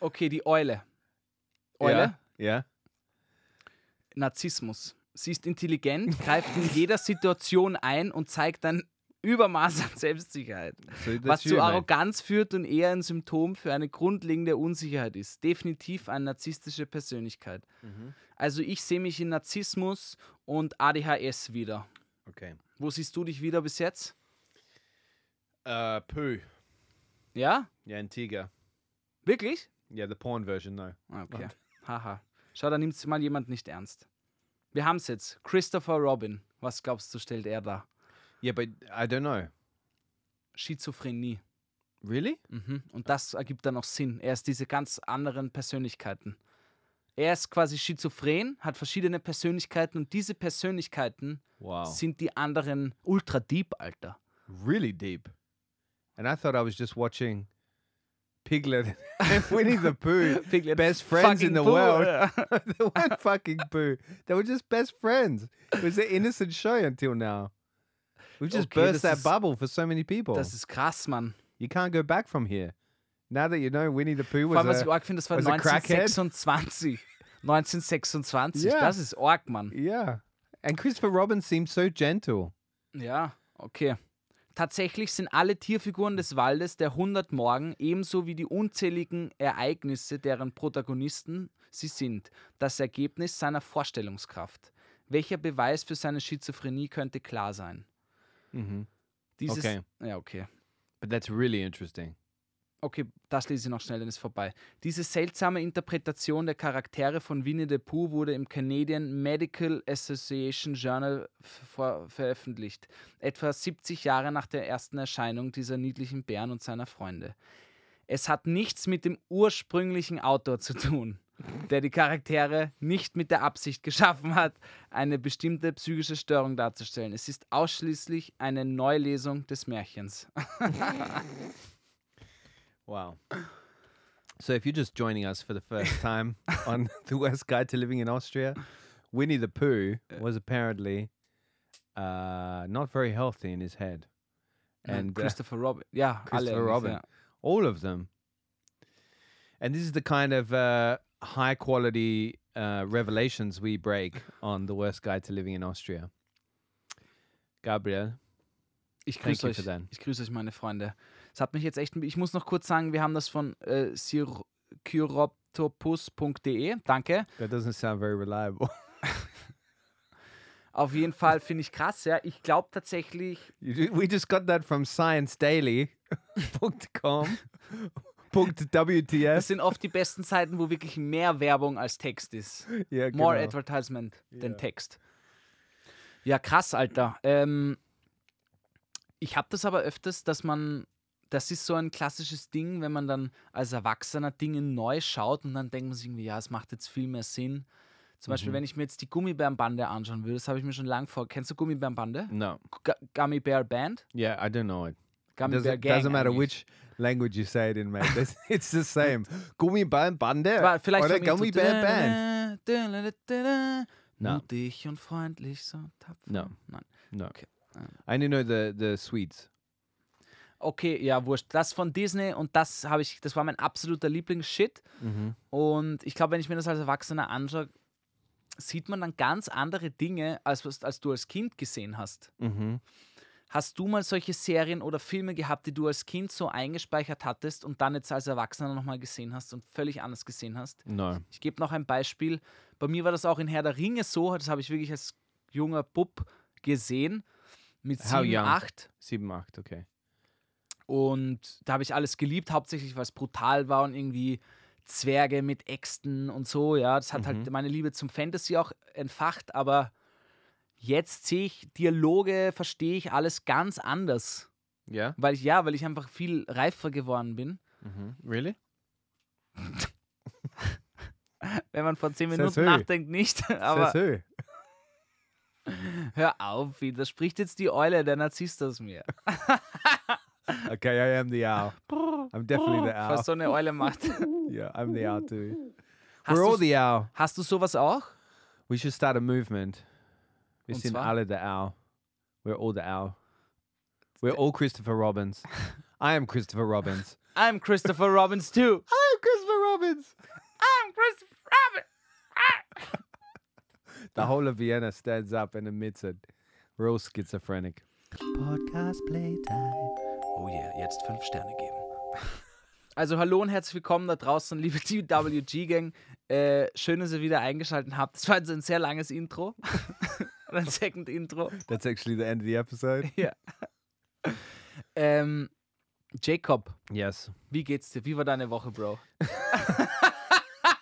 A: Okay, die Eule. Eule?
B: Yeah. yeah.
A: Narzissmus. Sie ist intelligent, greift in jeder Situation ein und zeigt ein Übermaß an Selbstsicherheit,
B: So that's
A: was
B: you,
A: zu
B: mate.
A: Arroganz führt und eher ein Symptom für eine grundlegende Unsicherheit ist. Definitiv eine narzisstische Persönlichkeit. Also ich sehe mich in Narzissmus und ADHS wieder.
B: Okay.
A: Wo siehst du dich wieder bis jetzt?
B: Uh, poo.
A: Ja?
B: Yeah, Antigua.
A: Wirklich?
B: Yeah, the porn version though.
A: Ah, Okay. Haha. Schau, da nimmt es mal jemand nicht ernst. Wir haben es jetzt. Christopher Robin. Was glaubst du, stellt er da?
B: Yeah, but I don't know.
A: Schizophrenie.
B: Really?
A: Mhm. Und das ergibt dann auch Sinn. Er ist diese ganz anderen Persönlichkeiten. Er ist quasi schizophren, hat verschiedene Persönlichkeiten und diese Persönlichkeiten
B: Wow.
A: sind die anderen ultra deep,
B: *laughs*
A: Alter.
B: really deep. And I thought I was just watching Piglet *laughs* and Winnie the Pooh.
A: *laughs* Piglet
B: best friends
A: fucking
B: in the
A: Pooh,
B: world.
A: ja.
B: *laughs* they weren't fucking Pooh. They were just best friends. It was an innocent show until now. We've just
A: Okay,
B: burst
A: this
B: that
A: is-
B: bubble for so many
A: *laughs*
B: people.
A: Das ist krass, Mann.
B: You can't go back from here. Now that you know Winnie the Pooh
A: Vor allem, was
B: was
A: ich
B: a,
A: arg finde, das war
B: was a crackhead? *laughs*
A: 1926. 1926,
B: Ja.
A: das ist arg, Mann.
B: *laughs* yeah, and Christopher Robin seems so gentle.
A: Ja, okay. Tatsächlich sind alle Tierfiguren des Waldes der 100 Morgen ebenso wie die unzähligen Ereignisse, deren Protagonisten sie sind, das Ergebnis seiner Vorstellungskraft. Welcher Beweis für seine Schizophrenie könnte klar sein?
B: Mhm.
A: Dieses,
B: Okay.
A: Ja, okay.
B: But that's really interesting.
A: Okay, das lese ich noch schnell, dann ist vorbei. Diese seltsame Interpretation der Charaktere von Winnie the Pooh wurde im Canadian Medical Association Journal f- vor- veröffentlicht, etwa 70 Jahre nach der ersten Erscheinung dieser niedlichen Bären und seiner Freunde. Es hat nichts mit dem ursprünglichen Autor zu tun, der die Charaktere nicht mit der Absicht geschaffen hat, eine bestimmte psychische Störung darzustellen. Es ist ausschließlich eine Neulesung des Märchens.
B: Wow. *coughs* So if you're just joining us for the *laughs* first time on the West Guide to Living in Austria, Winnie the Pooh was apparently uh, not very healthy in his head,
A: And
B: and uh,
A: Christopher Robin. Ja, alle.
B: Christopher
A: ungefähr.
B: Robin. All of them. And this is the kind of uh, high quality uh, revelations
A: *laughs*
B: we break on The Worst Guide to Living in Austria. Gabriel,
A: Ich
B: Thank
A: grüße
B: you for
A: euch.
B: that.
A: Ich grüße euch, meine Freunde. Es hat mich jetzt echt. Ich muss noch kurz sagen, wir haben das von äh, syroptopus.de. Danke.
B: that doesn't sound very reliable. *laughs*
A: Auf jeden Fall finde ich krass, ja. Ich glaube tatsächlich,
B: You, ju- we just got that
A: *laughs*
B: from *laughs* sciencedaily.com.
A: das
B: .wtf. Äh?
A: *laughs* sind oft die besten Seiten, wo wirklich mehr Werbung als Text ist.
B: Yeah,
A: More
B: genau.
A: Advertisement than
B: Ja.
A: Text. Ja, krass, Alter. Ähm, ich habe das aber öfters, dass man, das ist so ein klassisches Ding, wenn man dann als Erwachsener Dinge neu schaut und dann denkt man sich irgendwie, ja, es macht jetzt viel mehr Sinn. Zum Beispiel,
B: Mhm.
A: wenn ich mir jetzt die Gummibärenbande anschauen würde, das habe ich mir schon lange vor. Kennst du Gummibärenbande?
B: No.
A: Gu- Gummy Bear Band?
B: Yeah, I don't know it.
A: Gummy Bear
B: Doesn't,
A: Gang
B: doesn't matter
A: eigentlich.
B: which language you say it
A: *laughs*
B: in, mate. It's, it's the same. Gummiband Bande.
A: Aber vielleicht
B: Oder
A: von mir so-
B: Gummy Bear Band. No.
A: Mutig und freundlich, so tapfer.
B: No.
A: Nein.
B: No.
A: Okay.
B: Um, I only know the, the Swedes.
A: Okay, ja, wurscht. Das von Disney und das habe ich, das war mein absoluter Lieblingsshit. Und ich glaube, wenn ich mir das als Erwachsener anschaue, sieht man dann ganz andere Dinge, als, was- als du als Kind gesehen hast.
B: Mm-hmm.
A: Hast du mal solche Serien oder Filme gehabt, die du als Kind so eingespeichert hattest und dann jetzt als Erwachsener nochmal gesehen hast und völlig anders gesehen hast?
B: No.
A: Ich gebe noch ein Beispiel. Bei mir war das auch in Herr der Ringe so, das habe ich wirklich als junger Bub gesehen, mit
B: How
A: 7,
B: young?
A: 8.
B: Sieben, acht, okay.
A: Und da habe ich alles geliebt, hauptsächlich weil es brutal war und irgendwie Zwerge mit Äxten und so. Ja, das hat halt meine Liebe zum Fantasy auch entfacht, aber jetzt sehe ich Dialoge, verstehe ich alles ganz anders.
B: Yeah.
A: Weil ich, ja, weil ich einfach viel reifer geworden bin.
B: Really?
A: Wenn man vor zehn
B: Says
A: Minuten
B: who?
A: nachdenkt, nicht. *laughs* Aber
B: Says
A: hör auf, wie, das spricht jetzt die Eule, der Narzisst aus *laughs* mir.
B: who? Okay, I am the *laughs* owl. I'm definitely the owl.
A: Was so eine Eule *laughs* macht.
B: *laughs* Yeah, I'm the owl too.
A: Hast
B: We're
A: du
B: all
A: s-
B: the owl.
A: Hast du sowas auch?
B: We should start a movement. We've
A: Und
B: seen
A: zwar?
B: alle the owl. We're all the owl. We're all Christopher *laughs* Robbins. I am Christopher *laughs* Robbins.
A: I'm Christopher Robbins too.
B: I'm Christopher Robbins.
A: *laughs* I'm Christopher Robbins.
B: The whole of Vienna stands up and admits it. We're all schizophrenic. Podcast playtime.
A: Oh yeah, jetzt fünf Sterne geben. Also hallo und herzlich willkommen da draußen, liebe TWG-Gang. Äh, schön, dass ihr wieder eingeschaltet habt. Das war jetzt ein sehr langes Intro. *laughs* ein Second Intro.
B: That's actually the end of the *laughs* episode.
A: Ähm, Jacob,
B: Yes.
A: wie geht's dir? Wie war deine Woche, Bro? *laughs*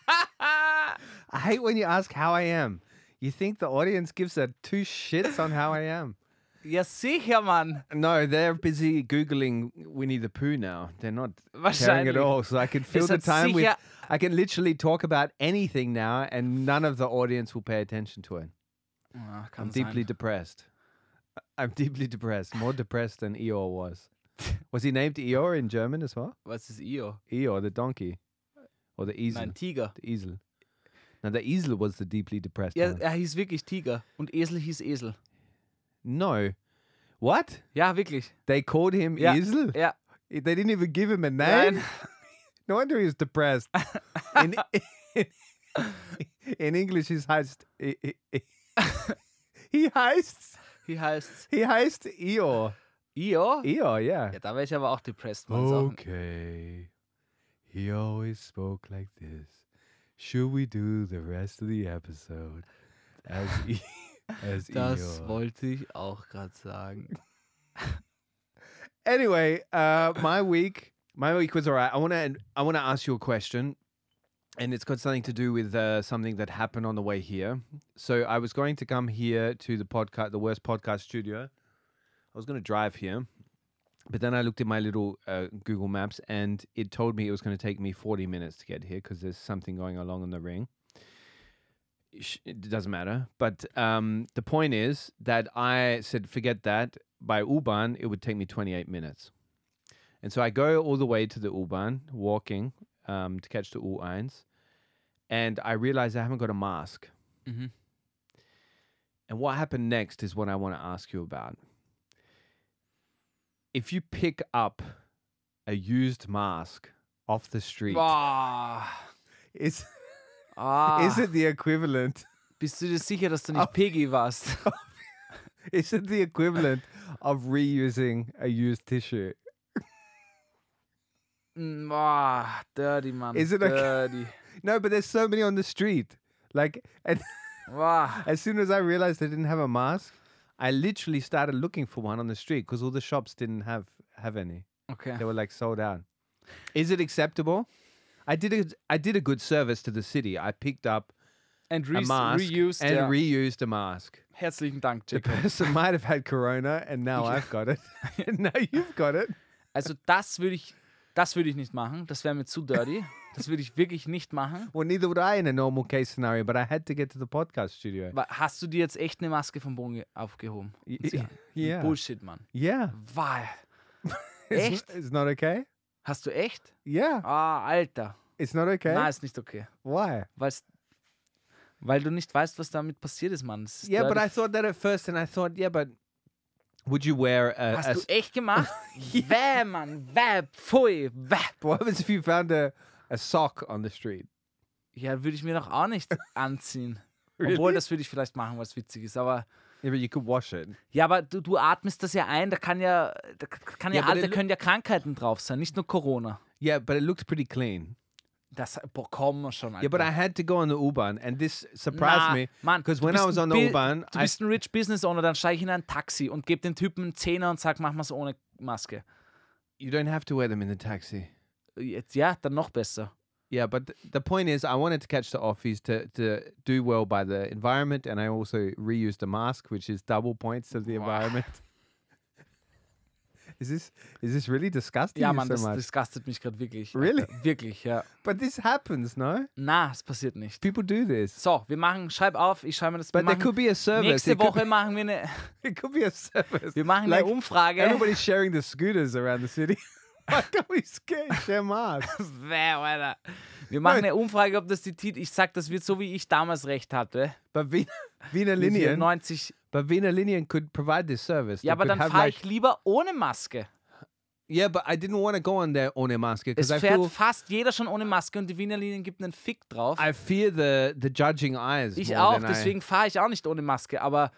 B: I hate when you ask how I am. You think the audience gives a two shits on how I am.
A: Ja, sicher, Mann.
B: *laughs* No, they're busy Googling Winnie the Pooh now. They're not caring
A: Wahrscheinlich.
B: at all. So I can fill
A: Ist
B: the
A: das
B: time with.
A: sicher-
B: I can literally talk about anything now, and none of the audience will pay attention to it.
A: Ah,
B: I'm
A: kann
B: deeply
A: sein.
B: depressed. I'm deeply depressed. More depressed than Eeyore was. Was he named Eeyore in German as well?
A: Was ist Io?
B: Eeyore, the donkey. Or the easel.
A: Nein, Tiger.
B: The easel. Now, the easel was the deeply depressed
A: Ja,
B: one.
A: er hieß wirklich Tiger. Und Esel hieß Esel.
B: No. What?
A: Ja, wirklich.
B: They called him
A: Ja,
B: Easel?
A: Ja.
B: They didn't even give him a name? *laughs*
A: Nein.
B: No wonder he was depressed. In, in English, he's heist. He, *laughs* he heists.
A: Wie heißt's?
B: He heists Eeyore.
A: Io?
B: Eeyore, yeah.
A: Ja, da wäre ich aber auch depressed, man. Sachen.
B: Okay. He always spoke like this. Should we do the rest of the episode as e- *laughs* as
A: Das
B: Eeyore?
A: wollte ich auch gerade sagen.
B: Anyway, uh, my week, my week was all right. I want to, I want to ask you a question, and it's got something to do with uh, something that happened on the way here. So I was going to come here to the podcast, the worst podcast studio. I was going to drive here, but then I looked at my little uh, Google Maps, and it told me it was going to take me forty minutes to get here because there's something going along in the ring. Sh- It doesn't matter, but um, the point is that I said, forget that. By U-Bahn, it would take me 28 minutes. And so I go all the way to the U-Bahn, walking um, to catch the U1s. And I realize I haven't got a mask.
A: Mhm.
B: And what happened next is what I want to ask you about. If you pick up a used mask off the street,
A: Boah.
B: is,
A: Ah.
B: is it the equivalent?
A: Bist du dir sicher, dass du
B: Ah.
A: nicht Piggy
B: *laughs*
A: warst?
B: Is it the equivalent of reusing a used tissue?
A: Mm, Boah, dirty, Mann.
B: Is it okay?
A: dirty.
B: *laughs* No, but there's so many on the street. Like, and *laughs*
A: Boah.
B: as soon as I realized I didn't have a mask, I literally started looking for one on the street because all the shops didn't have have any.
A: Okay.
B: They were like sold out. Is it acceptable? I did a I did a good service to the city. I picked up
A: And
B: a
A: re
B: mask
A: reused.
B: and
A: ja.
B: reused a mask.
A: Herzlichen Dank,
B: The
A: Jacob.
B: person might have had corona,
A: *laughs*
B: and now I've got it. *laughs* and now you've got it.
A: Also das würde ich, das würde ich nicht machen. Das wäre mir zu dirty. Das würde ich wirklich nicht machen.
B: Well, neither would I in a normal case scenario, but I had to get to the podcast studio.
A: Wa- Hast du dir jetzt echt eine Maske vom Boden ge- aufgehoben?
B: Y-
A: Ist ja-
B: y- yeah.
A: Bullshit, Mann.
B: Yeah. *laughs*
A: Wahl.
B: It's,
A: Echt?
B: it's not okay.
A: Hast du echt?
B: Yeah.
A: Ah, Alter.
B: It's not okay.
A: Na, ist nicht okay.
B: Why?
A: Weil's, weil du nicht weißt, was damit passiert ist, Mann. Das ist
B: Yeah, but
A: dirty.
B: I thought that at first, and I thought, yeah, but would you wear a?
A: Hast
B: a
A: du
B: s-
A: echt
B: *laughs*
A: gemacht? Wäh, Mann. Wäh, pfui, wäh.
B: what happens if you found a, a sock on the street?
A: Ja, würde ich mir doch auch nicht anziehen. Obwohl,
B: *laughs* Really?
A: das würde ich vielleicht machen, was witzig ist. Aber
B: Yeah, but you could wash it.
A: ja, aber du, du atmest das ja ein. Da kann ja, da k- kann ja,
B: Ja, aber
A: all- da
B: der Lu-
A: können ja Krankheiten drauf sein, nicht nur Corona.
B: Yeah, but it looks pretty clean.
A: Das boah, komm schon. Alter.
B: Yeah, but I had to go on the U-Bahn, and this surprised
A: Na,
B: me
A: Mann,
B: because
A: du
B: when I
A: bist
B: was
A: ein
B: on the
A: Bi-
B: U-Bahn,
A: Du
B: I,
A: bist ein Rich Business Owner, dann steige ich in ein Taxi und gebe den Typen einen Zehner und sag, mach mal's ohne Maske.
B: you don't have to wear them in the taxi.
A: Jetzt, ja, dann noch besser.
B: Yeah, but th- the point is, I wanted to catch the offies to, to do well by the environment, and I also reused the mask, which is double points to the environment. Is this is this really disgusting?
A: Ja,
B: you
A: Mann,
B: so
A: das
B: much?
A: disgustet mich gerade wirklich.
B: Really?
A: Alter. Wirklich, ja.
B: But this happens, no?
A: Na, es passiert nicht.
B: People do this.
A: So, wir machen, schreib auf, ich schreibe mir das wir
B: But there
A: machen,
B: could be a service.
A: Nächste
B: It could
A: *laughs* Woche machen wir eine,
B: be- it could be a service.
A: wir machen
B: Like,
A: eine Umfrage.
B: Everybody's sharing the scooters around the city. *laughs* Why don't we skate?
A: *laughs*
B: Share masks.
A: *laughs* Wer, Alter. Wir machen eine Umfrage, ob das die Titel. Ich sag, das wird so, wie ich damals recht hatte.
B: But Wiener, Wiener
A: Mit
B: Linien,
A: 90.
B: but Wiener Linien could provide this service.
A: Ja,
B: They
A: aber
B: could
A: dann
B: have,
A: fahre
B: like-
A: ich lieber ohne Maske.
B: Yeah, but I didn't want to go on there ohne Maske
A: Es
B: because I
A: fährt
B: feel
A: fast jeder schon ohne Maske und die Wiener Linien gibt einen Fick drauf.
B: I fear the the judging eyes.
A: Ich
B: more
A: auch,
B: than I-
A: deswegen fahre ich auch nicht ohne Maske, aber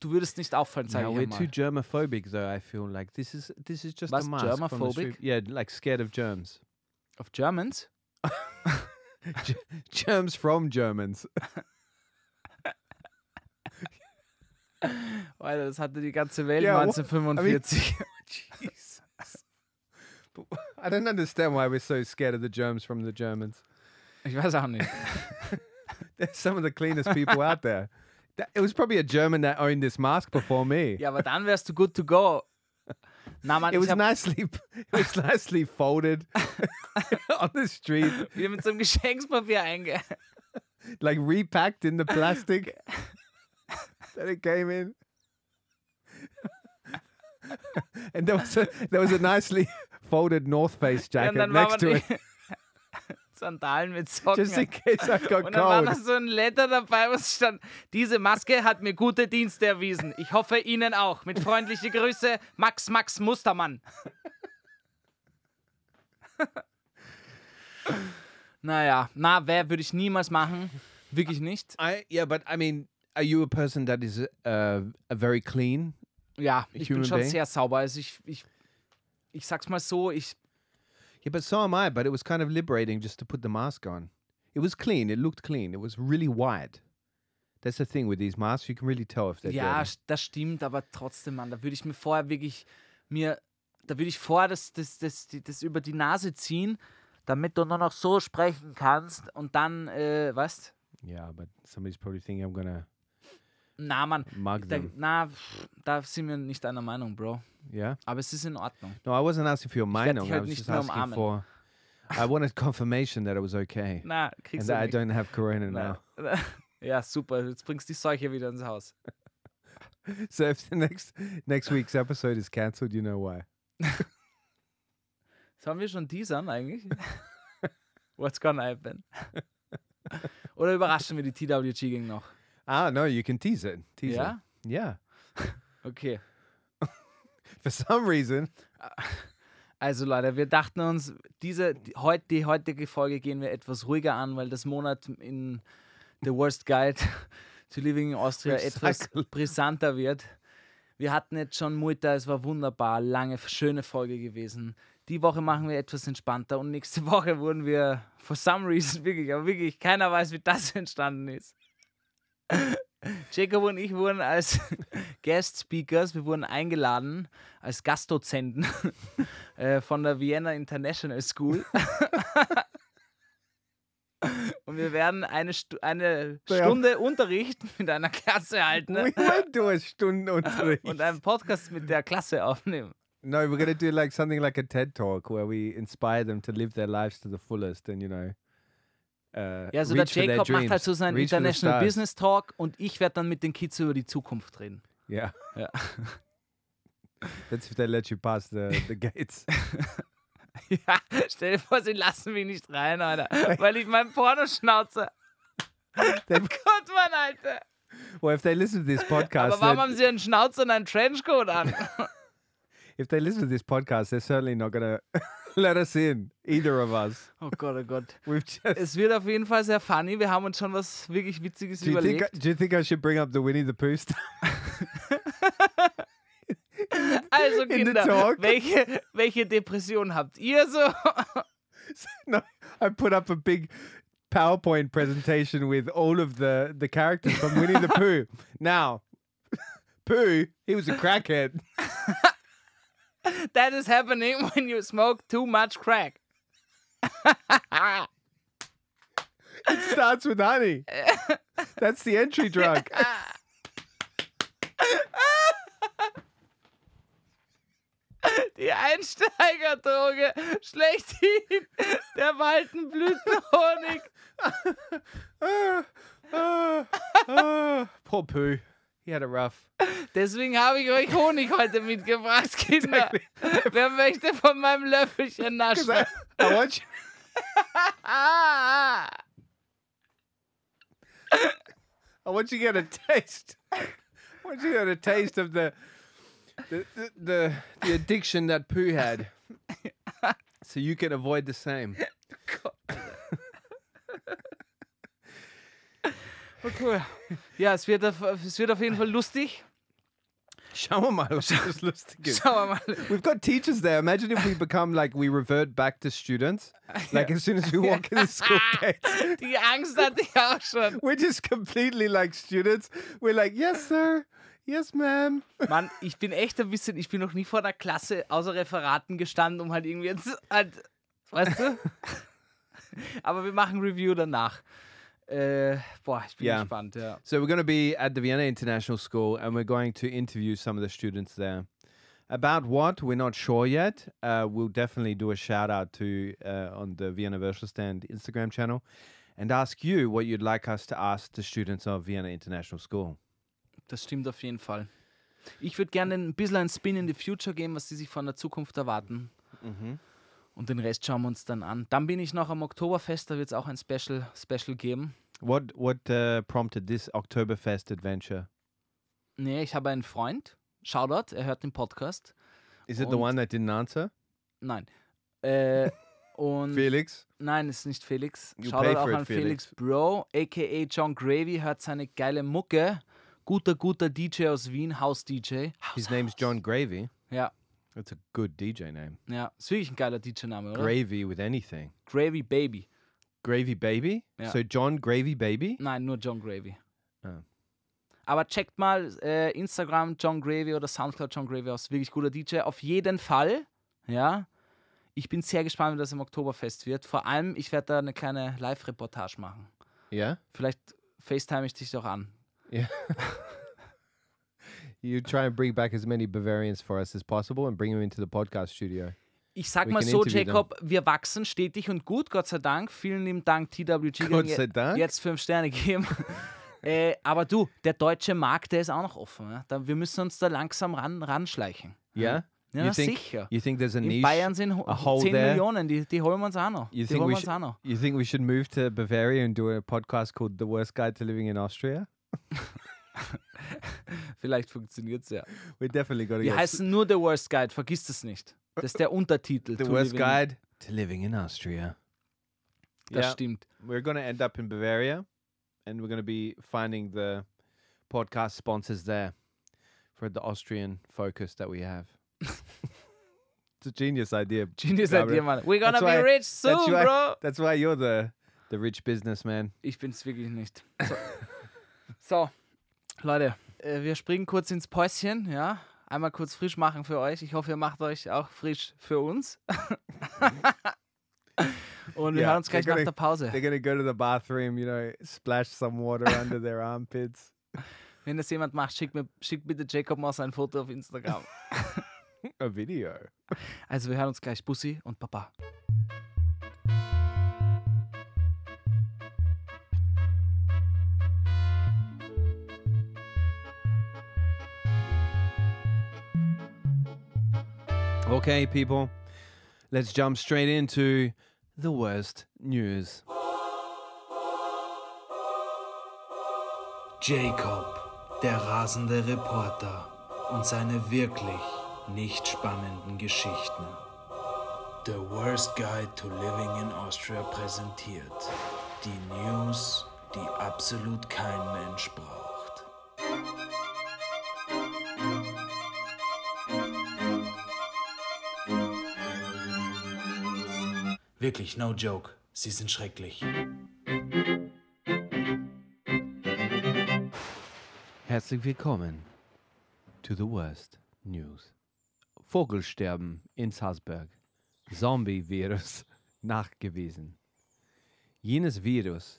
A: du würdest nicht auffallen, sage
B: No,
A: ich
B: we're
A: einmal.
B: too germophobic, though. I feel like this is this is just
A: Was,
B: a mask. from the
A: germophobic?
B: street. Yeah, like scared of germs. *laughs*
A: Auf Germans?
B: G- germs from Germans. *laughs*
A: Alter, das hatte die ganze Welt
B: Ja, what-
A: 1945.
B: Jesus. But wh- I don't understand why we're so scared of the germs from the Germans.
A: ich weiß auch nicht.
B: They're some of the cleanest people out there. That, it was probably a German that owned this mask before me.
A: Ja, aber dann wärst du good to go. Na, Mann,
B: It
A: ich
B: was
A: hab
B: nicely, *laughs* p- it was nicely folded *laughs* on the street,
A: wieder mit so einem Geschenkspapier einge...
B: like repacked in the plastic that it came in. *laughs* and there was a there was a nicely folded North Face
A: Ja, *laughs*
B: jacket
A: und dann
B: next
A: war
B: to
A: man
B: it,
A: *laughs* Sandalen mit Socken.
B: just in case I
A: *laughs*
B: got
A: und dann war
B: cold.
A: noch so ein Letter dabei, was stand, diese Maske hat mir gute Dienste erwiesen. Ich hoffe, Ihnen auch. Mit freundlichen Grüße, Max Max Mustermann. *laughs* naja, na, wer würde ich niemals machen? Wirklich nicht.
B: I yeah, but I mean, are you a person that is uh, a very clean?
A: Ja, ich bin
B: Human
A: schon
B: being?
A: sehr sauber. Also ich, ich, ich sag's mal so, ich,
B: Yeah, but so am I. But it was kind of liberating just to put the mask on. It was clean. It looked clean. It was really wide. That's the thing with these masks. You can really tell if they're
A: Ja,
B: dirty.
A: st- das stimmt, aber trotzdem, Mann, da würde ich mir vorher wirklich mir, da würde ich vorher das, das, das, die- das über die Nase ziehen, damit du nur noch so sprechen kannst und dann, äh, weißt
B: Yeah, but somebody's probably thinking I'm gonna
A: Na, Mann,
B: mug
A: da,
B: them.
A: na, pff, da sind wir nicht einer Meinung, Bro.
B: Yeah.
A: Aber es ist in Ordnung.
B: No, I wasn't asking for your
A: werd
B: mind.
A: dich
B: I
A: halt
B: was
A: nicht
B: just
A: mehr
B: asking
A: umarmen.
B: for. I wanted *laughs* confirmation that it was
A: *laughs*
B: okay
A: Na,
B: and
A: kriegst
B: that I
A: du nicht.
B: don't have corona
A: *laughs* Na,
B: now. *laughs*
A: Ja, super, jetzt bringst du die Seuche wieder ins Haus.
B: So if the next next week's episode is cancelled, you know why.
A: Sollen wir schon teasern eigentlich? *laughs* What's gonna happen? *laughs* Oder überraschen wir die TWG Gang noch?
B: Ah no, you can tease it. Tease
A: Ja?
B: it. Yeah.
A: Okay.
B: For some
A: *laughs*
B: reason,
A: Also Leute, wir dachten uns, diese, die, heut, die heutige Folge gehen wir etwas ruhiger an, weil das Monat in The Worst Guide *laughs* to Living in Austria etwas
B: Recycle.
A: brisanter wird. Wir hatten jetzt schon Mutter, es war wunderbar, lange, schöne Folge gewesen. Die Woche machen wir etwas entspannter und nächste *laughs* Woche wurden wir, for some reason, *laughs* wirklich, aber wirklich, keiner weiß, wie das entstanden ist. Jacob und ich wurden als *laughs* Guest Speakers, wir wurden eingeladen als Gastdozenten *laughs* äh, von der Vienna International School. *laughs* Und wir werden eine, Stu eine
B: Ja.
A: Stunde Unterricht mit einer Klasse halten ne?
B: we went to
A: *laughs*
B: a Stundenunterricht.
A: und einen Podcast mit der Klasse aufnehmen.
B: No, we're gonna do like something like a TED talk where we inspire them to live their lives to the fullest, and you know. Uh,
A: Ja, also der
B: reach for their
A: Jacob macht halt
B: dreams,
A: so seinen
B: reach for the
A: International
B: stars.
A: Business Talk und ich werde dann mit den Kids über die Zukunft reden.
B: Yeah.
A: Ja.
B: *laughs* That's if they let you pass the, the *laughs* gates.
A: *laughs* ja, stell dir vor, sie lassen mich nicht rein, Alter, weil ich meinen Porno schnauze. Oh
B: Then-
A: Gott, Mann, Alter.
B: Well, if they listen to this podcast,
A: Aber warum
B: then-
A: haben sie einen Schnauzer und einen Trenchcoat an?
B: if they listen to this podcast, they're certainly not gonna *laughs* let us in. Either of us.
A: *laughs* Oh Gott, oh Gott.
B: We've just.
A: Es wird auf jeden Fall sehr funny. Wir haben uns schon was wirklich Witziges
B: Do you think?
A: überlegt.
B: I- Do you think I should bring up the Winnie the Pooh stuff?
A: *laughs*
B: *laughs*
A: Also
B: the
A: Kinder,
B: talk?
A: welche, welche Depression habt ihr so? *laughs*
B: No, I put up a big PowerPoint presentation with all of the the characters from Winnie the Pooh. Now, *laughs* Pooh, he was a crackhead.
A: That is happening when you smoke too much crack.
B: It starts with honey. That's the entry drug.
A: Die Einsteigerdroge schlechthin. Der Waldenblütenhonig.
B: Ah, Poor Pooh. He had it rough. *laughs*
A: Deswegen habe ich euch Honig heute mitgebracht, Kinder. Wer möchte von meinem Löffelchen naschen?
B: I want you.
A: Ah,
B: I want you to get a taste. *laughs* I want you to get a taste of the the the, the, the addiction that Pooh had, so you can avoid the same.
A: oh cool. Ja, es wird, auf, es wird auf jeden Fall lustig.
B: Show them my lustig.
A: Schauen wir mal.
B: We've got teachers there. Imagine if we become like we revert back to students. Like as soon as we walk in the school gates,
A: Die Angst hatte ich auch schon.
B: we're just completely like students. We're like, yes, sir. Yes, ma'am.
A: Mann, ich bin echt ein bisschen, ich bin noch nie vor einer Klasse außer Referaten gestanden, um halt irgendwie jetzt halt, weißt *laughs* du? Aber wir machen Review danach. Äh, boah, ich bin
B: Ja.
A: gespannt, ja.
B: So we're going to be at the Vienna International School, and we're going to interview some of the students there. About what we're not sure yet. Uh, we'll definitely do a shout out to uh, on the Vienna Versal Stand Instagram channel, and ask you what you'd like us to ask the students of Vienna International School.
A: Das stimmt auf jeden Fall. Ich würde gerne ein bisschen einen Spin in the Future geben, was sie sich von der Zukunft erwarten. Mhm. Und den Rest schauen wir uns dann an. Dann bin ich noch am Oktoberfest, da wird es auch ein Special, Special geben.
B: What what uh, prompted this Oktoberfest adventure?
A: Nee, ich habe einen Freund. Shoutout, er hört den Podcast.
B: Is it the
A: Und-
B: one that didn't answer?
A: Nein. *laughs* Äh, und
B: Felix?
A: Nein, ist nicht Felix.
B: You pay
A: Shoutout auch
B: for it,
A: an Felix. Bro, aka John Gravy, hört seine geile Mucke. Guter, guter DJ aus Wien, House-DJ.
B: His name's John Gravy.
A: Ja,
B: That's a good DJ name.
A: ja. Ist wirklich ein geiler DJ-Name, oder?
B: Gravy with anything.
A: Gravy Baby.
B: Gravy Baby?
A: Yeah. Mm.
B: So John Gravy Baby?
A: Nein, nur John Gravy.
B: Ah.
A: Aber checkt mal äh, Instagram John Gravy oder Soundcloud John Gravy aus. Wirklich guter DJ. Auf jeden Fall. Ja. Ich bin sehr gespannt, wie das im Oktoberfest wird. Vor allem, ich werde da eine kleine Live-Reportage machen.
B: Yeah?
A: Vielleicht facetime ich dich doch an.
B: Yeah. you try and bring back as many Bavarians for us as possible and bring them into the podcast studio.
A: Ich sag
B: We
A: mal
B: can
A: so,
B: interview them.
A: Jacob, wir wachsen stetig und gut, Gott sei Dank. Vielen lieben Dank, TWG.
B: Gott
A: die
B: sei Dank.
A: Jetzt fünf Sterne
B: *laughs*
A: geben. äh, aber du, der deutsche Markt, der ist auch noch offen. Ja? Da, wir müssen uns da langsam ran, ranschleichen.
B: Yeah?
A: Ja,
B: you
A: na
B: think
A: sicher.
B: you think there's a
A: In
B: niche?
A: Bayern sind
B: a hole
A: 10
B: there?
A: Millionen, die, die holen wir uns auch noch.
B: You
A: die
B: think
A: holen
B: we
A: wir uns
B: should,
A: auch
B: *laughs*
A: noch.
B: You think we should move to Bavaria and do a podcast called The Worst Guide to Living in Austria?
A: Vielleicht funktioniert es ja.
B: We definitely got to
A: Wir
B: get
A: heißen nur The Worst Guide, vergiss das nicht. Das ist der Untertitel.
B: The
A: to
B: Worst
A: Living.
B: Guide to Living in Austria.
A: Das
B: Yeah.
A: stimmt.
B: We're going to end up in Bavaria and we're going to be finding the podcast sponsors there for the Austrian focus that
A: *laughs*
B: we have. it's a genius idea.
A: Genius
B: Gabriel.
A: Idea, Mann. We're gonna
B: That's
A: be
B: why-
A: rich
B: that's
A: soon,
B: why-
A: bro.
B: That's why you're the the rich businessman.
A: Ich bin's wirklich nicht. *laughs* So, so Leute, äh, wir springen kurz ins Päuschen, ja. Einmal kurz frisch machen für euch. Ich hoffe, ihr macht euch auch frisch für *laughs* uns. Und wir
B: Ja,
A: hören uns gleich
B: wir
A: nach
B: können-
A: der Pause.
B: *laughs* They're gonna go to the bathroom, you know, splash some water under their armpits.
A: Wenn das jemand macht, schickt, mir, schickt bitte Jacob mal sein Foto auf Instagram.
B: A video.
A: *laughs* Also wir hören uns gleich. Bussi und Papa.
B: Okay, people, let's jump straight into the worst news.
G: Jacob, der rasende Reporter und seine wirklich nicht spannenden Geschichten. The Worst Guide to Living in Austria präsentiert die News, die absolut kein Mensch braucht. Wirklich, no joke, sie sind schrecklich.
B: Herzlich willkommen to the worst news. Vogelsterben in Salzburg. Zombie-Virus *laughs* nachgewiesen. Jenes Virus,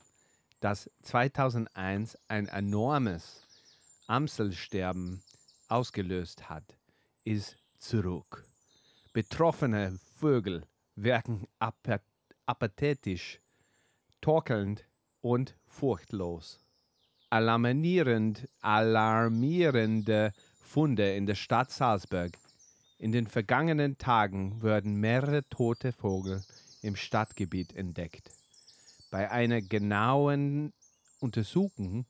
B: das 2001 ein enormes Amselsterben ausgelöst hat, ist zurück. Betroffene Vögel wirken apa- apathetisch, torkelnd und furchtlos. Alarmierend, alarmierende Funde in der Stadt Salzburg. In den vergangenen Tagen wurden mehrere tote Vögel im Stadtgebiet entdeckt. Bei einer genauen Untersuchung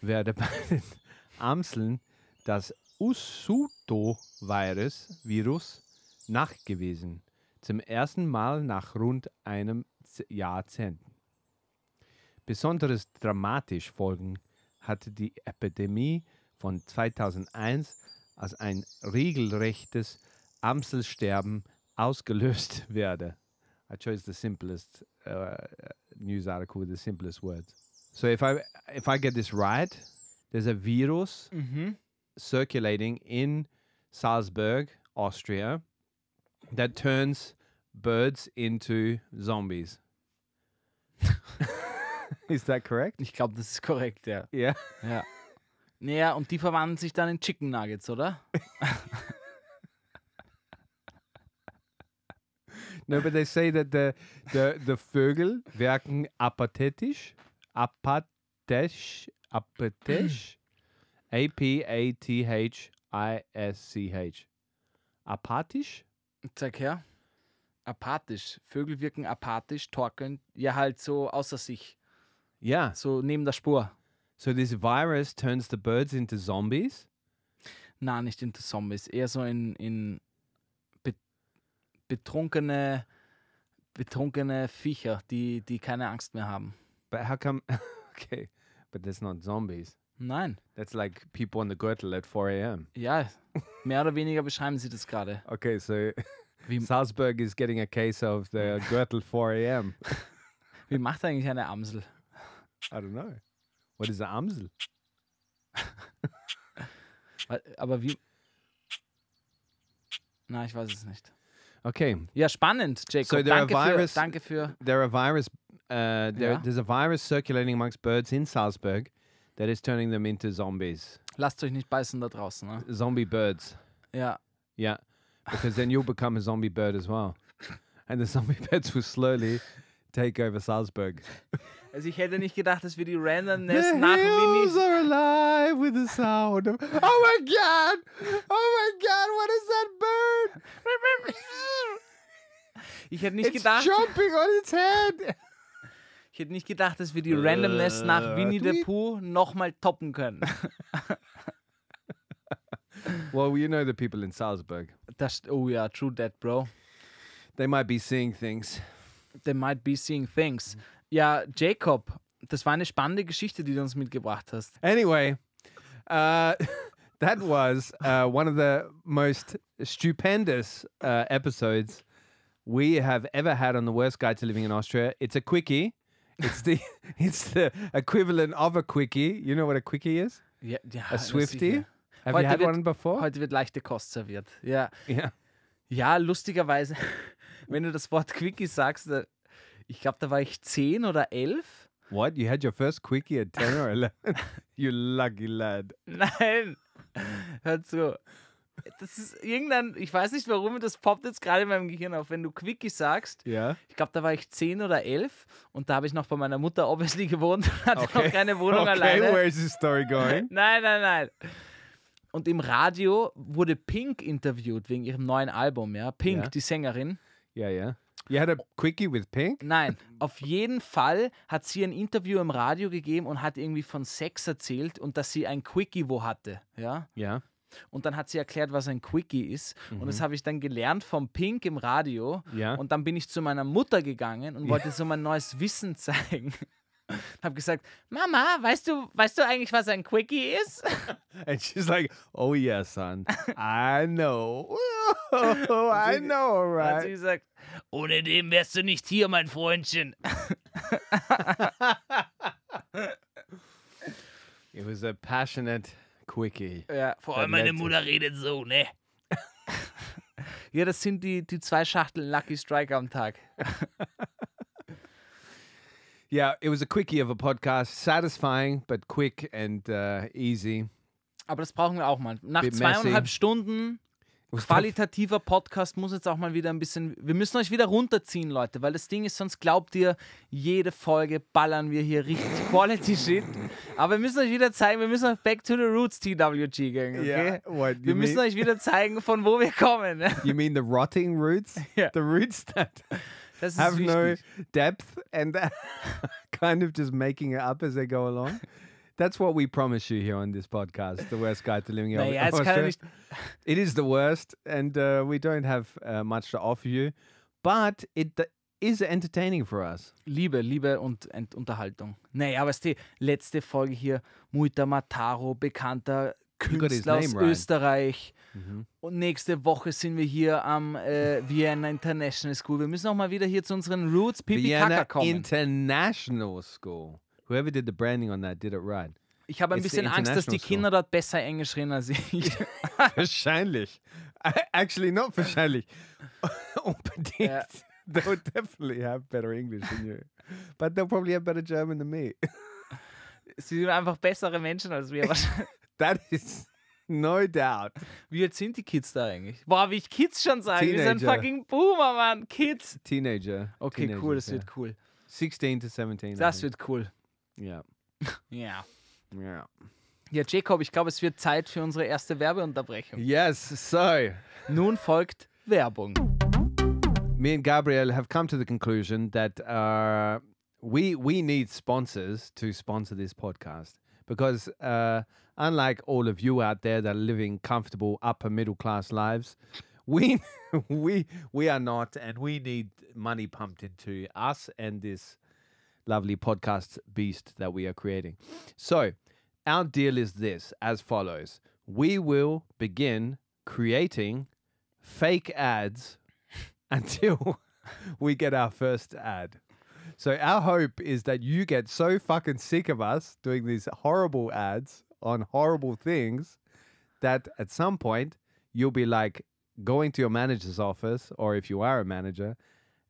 B: werde bei den Amseln das Usuto-Virus Virus nachgewiesen. Zum ersten Mal nach rund einem Z- Jahrzehnt. Besonders dramatisch Folgen hatte die Epidemie von 2001, als ein regelrechtes Amselsterben ausgelöst *laughs* werde. I chose the simplest uh, news article with the simplest words. So if I if I get this right, there's a virus
A: Mhm.
B: circulating in Salzburg, Austria, that turns birds into zombies. *laughs* Is that correct?
A: Ich glaube, das ist korrekt, ja.
B: Yeah.
A: ja. Naja, und die verwandeln sich dann in Chicken Nuggets, oder?
B: No, but they say that the the the Vögel wirken apathetisch, apathetisch, apathetisch, A P A T H I S C H, apathisch.
A: Zeig her. Apathisch. Vögel wirken apathisch, torkelnd, ja halt so außer sich,
B: Yeah.
A: so neben der Spur.
B: So this virus turns the birds into zombies.
A: Na, nicht in Zombies, eher so in, in be betrunkene, betrunkene Viecher, die, die keine Angst mehr haben.
B: But how come? *laughs* okay, but that's not zombies.
A: Nein,
B: That's like people on the girdle at 4 a.m.
A: ja, mehr oder weniger beschreiben sie das gerade.
B: Okay, *laughs* so
A: Wie,
B: Salzburg is getting a case of the girdle 4 a.m.
A: wie macht eigentlich eine Amsel?
B: I don't know. What is the amsel?
A: Wa- Aber wie. Na, ich weiß es nicht.
B: Okay,
A: Ja, spannend, Jacob.
B: So there are
A: danke, für,
B: virus-
A: danke für.
B: there are virus. Uh, there,
A: Yeah.
B: There's a virus circulating amongst birds in Salzburg that is turning them into zombies,
A: Lasst euch nicht beißen da draußen. Ne?
B: zombie birds.
A: Ja,
B: Yeah, because then you'll become a zombie bird as well, and the *laughs* zombie birds will slowly take over Salzburg.
A: Also ich hätte nicht gedacht, dass wir die Randomness
B: the
A: nach
B: hills
A: Winnie.
B: are alive with the sound of. Oh my god! Oh my god! What is that bird?
A: Ich hätte nicht
B: It's
A: gedacht,
B: jumping on its head.
A: ich hätte nicht gedacht, dass wir die Randomness nach Winnie the Pooh nochmal toppen können.
B: Well, you know the people in Salzburg.
A: *laughs* Das, oh ja, true that, bro.
B: They might be seeing things.
A: They might be seeing things. Ja, Jacob, das war eine spannende Geschichte, die du uns mitgebracht hast.
B: Anyway, uh, *laughs* that was uh, one of the most stupendous uh, episodes we have ever had on the worst guide to living in Austria. It's a quickie. It's the *laughs* it's the equivalent of a quickie. You know what a quickie is?
A: Ja, ja,
B: A
A: na
B: Swifty.
A: sicher.
B: Have
A: Heute
B: you had
A: wird-
B: one before?
A: Heute wird leichte Kost serviert. Ja,
B: Yeah.
A: ja lustigerweise, *laughs* wenn du das Wort Quickie sagst, da- ich glaube, da war ich 10 oder 11.
B: What? You had your first quickie at 10 or 11? *laughs* you lucky lad.
A: *laughs* Nein! Hör zu. Das ist irgendein, ich weiß nicht warum, das poppt jetzt gerade in meinem Gehirn auf. Wenn du Quickie sagst,
B: Yeah.
A: ich glaube, da war ich 10 oder 11 und da habe ich noch bei meiner Mutter obviously *laughs* gewohnt und hatte noch keine Wohnung
B: okay,
A: alleine.
B: where's this story
A: *laughs*
B: going?
A: Nein, nein, nein. Und im Radio wurde Pink interviewt wegen ihrem neuen Album, ja. Pink,
B: Ja.
A: die Sängerin.
B: yeah, yeah. You had a quickie with Pink? *laughs*
A: Nein, auf jeden Fall hat sie ein Interview im Radio gegeben und hat irgendwie von Sex erzählt und dass sie ein Quickie wo hatte, ja.
B: Yeah.
A: Und dann hat sie erklärt, was ein Quickie ist. Und das habe ich dann gelernt vom Pink im Radio.
B: Ja.
A: Und dann bin ich zu meiner Mutter gegangen und wollte so mein neues Wissen *laughs* zeigen. habe gesagt, Mama, weißt du, weißt du eigentlich, was ein Quickie ist? *laughs*
B: And she's like, "Oh yeah, son, I know, *laughs* I know, all
A: Hat sie
B: right."
A: gesagt, ohne den wärst du nicht hier, mein Freundchen.
B: It was a passionate quickie.
A: Ja, vor allem
B: meine
A: Mutter redet so, ne? *laughs* ja, das sind die, die zwei Schachteln Lucky Strike am Tag.
B: Yeah, it was a quickie of a podcast, satisfying but quick and uh, easy.
A: Aber das brauchen wir auch mal. Nach
B: Bit messy.
A: zweieinhalb Stunden qualitativer Podcast muss jetzt auch mal wieder ein bisschen. Wir müssen euch wieder runterziehen, Leute, weil das Ding ist, sonst glaubt ihr, jede Folge ballern wir hier
B: *laughs*
A: richtig Quality Shit. Aber wir müssen euch wieder zeigen, wir müssen auf Back to the Roots TWG gehen, okay?
B: what,
A: Wir müssen euch wieder zeigen, von wo wir kommen. ne?
B: *laughs* you mean the rotting roots?
A: Yeah.
B: The roots that
A: Das ist
B: have no
A: wichtig.
B: depth and *laughs* that kind of just making it up as they go along. *laughs* That's what we promise you here on this podcast, The Worst Guide to Living in *laughs*
A: Naja, jetzt kann er
B: Australia.
A: nicht.
B: It is the worst, and uh, we don't have uh, much to offer you, but it d- is entertaining for us.
A: Liebe, Liebe und Ent Unterhaltung. Naja, weißt du, letzte Folge hier, Muita Mataro, bekannter
B: got his
A: Künstler aus
B: name right. Mhm.
A: Österreich. Und nächste Woche sind wir hier am äh, Vienna International School. Wir müssen auch mal wieder hier zu unseren Roots Pipi Kaka
B: Vienna
A: kommen.
B: International School. Whoever did the branding on that did it right.
A: ich habe ein
B: It's the
A: bisschen Angst, dass die
B: international school.
A: Kinder dort besser Englisch reden als
B: *laughs*
A: ich. *laughs*
B: Wahrscheinlich. A- Actually, not *laughs* wahrscheinlich. Unbedingt.
A: Yeah.
B: *laughs* They'll definitely have better English than you. But they'll probably have better German than me. *laughs*
A: Sie sind einfach bessere Menschen als wir. *laughs* wahrscheinlich.
B: That is *laughs* no doubt.
A: Wie alt sind die Kids da eigentlich? Boah, wie ich Kids schon sage. Wir sind
B: Teenager.
A: fucking Boomer, Mann. Kids.
B: Teenager.
A: Okay, cool,
B: Teenagers,
A: das wird
B: yeah.
A: cool.
B: 16 to 17. I
A: Das
B: think.
A: wird cool.
B: Yeah.
A: Ja.
B: Yeah.
A: Ja, Jacob, ich glaube, es wird Zeit für unsere erste Werbeunterbrechung.
B: Yes, so.
A: Nun folgt Werbung.
B: me and Gabriel have come to the conclusion that uh, we we need sponsors to sponsor this podcast because uh, unlike all of you out there that are living comfortable upper middle class lives, we *laughs* we we are not, and we need money pumped into us and this lovely podcast beast that we are creating. So, our deal is this as follows: we will begin creating fake ads until *laughs* we get our first ad. So our hope is that you get so fucking sick of us doing these horrible ads on horrible things that at some point you'll be like going to your manager's office or if you are a manager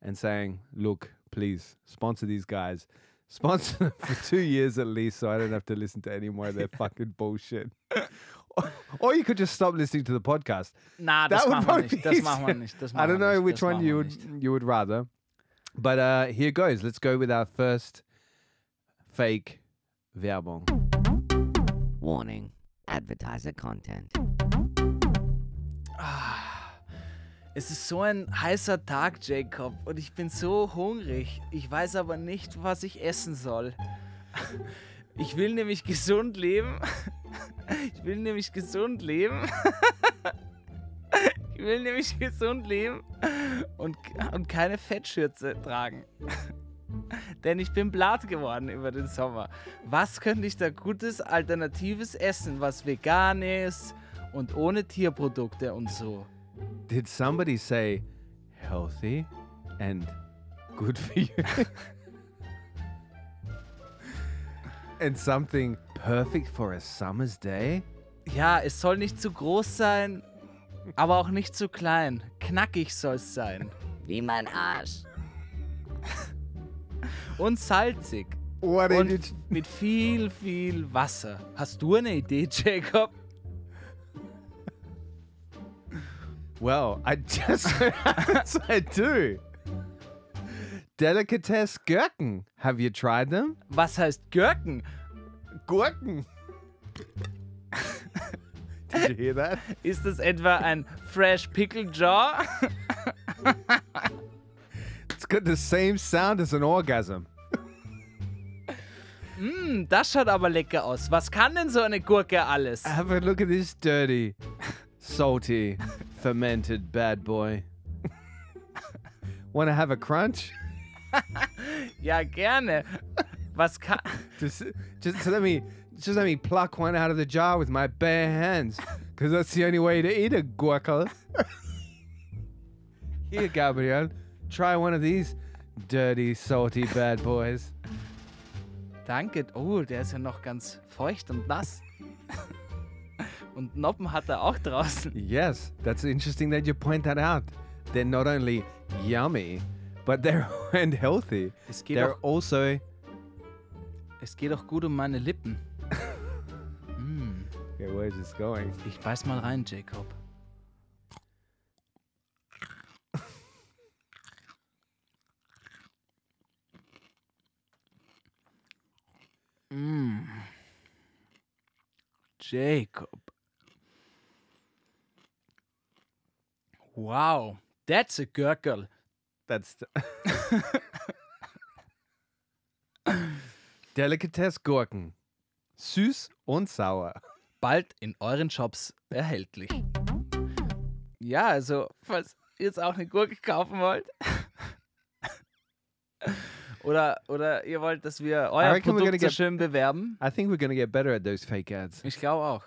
B: and saying, "Look, please sponsor these guys. *laughs* Sponsor them for 2 years at least so I don't have to listen to any more of their fucking bullshit." *laughs* Or- Or you could just stop listening to the podcast.
A: Na,
B: That
A: das machen
B: would
A: wir
B: probably be
A: nicht. Das machen wir
B: easier.
A: nicht. Das
B: *laughs* I
A: machen wir
B: don't know
A: nicht.
B: which
A: das
B: one
A: machen
B: you
A: wir
B: would
A: nicht.
B: you would rather, but uh, here goes. Let's go with our first fake Werbung.
H: Warning Advertiser content.
A: Es ist so ein heißer Tag, Jacob, und ich bin so hungrig. Ich weiß aber nicht, was ich essen soll. *laughs* Ich will nämlich gesund leben. *laughs* Ich will nämlich gesund leben. *laughs* Ich will nämlich gesund leben und, und keine Fettschürze tragen. *laughs* Denn ich bin blatt geworden über den Sommer. Was könnte ich da gutes alternatives essen, was vegan ist und ohne Tierprodukte und so?
B: Did somebody say healthy and good for you? *laughs* and something perfect for a summer's day?
A: Ja, es soll nicht zu groß sein, aber auch nicht zu klein. Knackig soll es sein.
H: Wie mein Arsch.
A: Und salzig.
B: What
A: Und mit viel, viel Wasser. Hast du eine Idee, *laughs* Jacob?
B: Well, I just *laughs* yes, I do. Delicatesse Gurken. Have you tried them?
A: Was heißt Gürken?
B: Gurken. *laughs* Did you hear that?
A: Ist das etwa ein Fresh Pickle Jar? *laughs*
B: It's got the same sound as an orgasm.
A: Hm, das schaut aber lecker aus. Was kann denn so eine Gurke alles?
B: Have a look at this dirty, salty, fermented bad boy. Want to have a crunch?
A: Ja, gerne. Was kann.
B: Just, just let me, just let me pluck one out of the jar with my bare hands, because that's the only way to eat a guacal. Here, Gabriel, try one of these dirty, salty bad boys.
A: *laughs* Danke. Oh, der ist ja noch ganz feucht und nass. *laughs* Und Noppen hat er auch draußen.
B: Yes, that's interesting that you point that out. They're not only yummy, but they're *laughs* and healthy.
A: Es geht
B: They're
A: auch
B: also
A: Es geht auch gut um meine Lippen.
B: okay. Where's this going?
A: Ich beiß mal rein, Jacob. Mm. Jacob. Wow, that's a gurgle.
B: That's *laughs* the- Delikatess Gurken. Süß und sauer.
A: Bald in euren Shops erhältlich. Ja, also, falls ihr jetzt auch eine Gurke kaufen wollt. *laughs* oder, oder ihr wollt, dass wir
B: I
A: euer
B: reckon we're gonna
A: Produkt so
B: get-
A: schön bewerben.
B: I think we're gonna get better at those fake ads.
A: Ich glaube auch.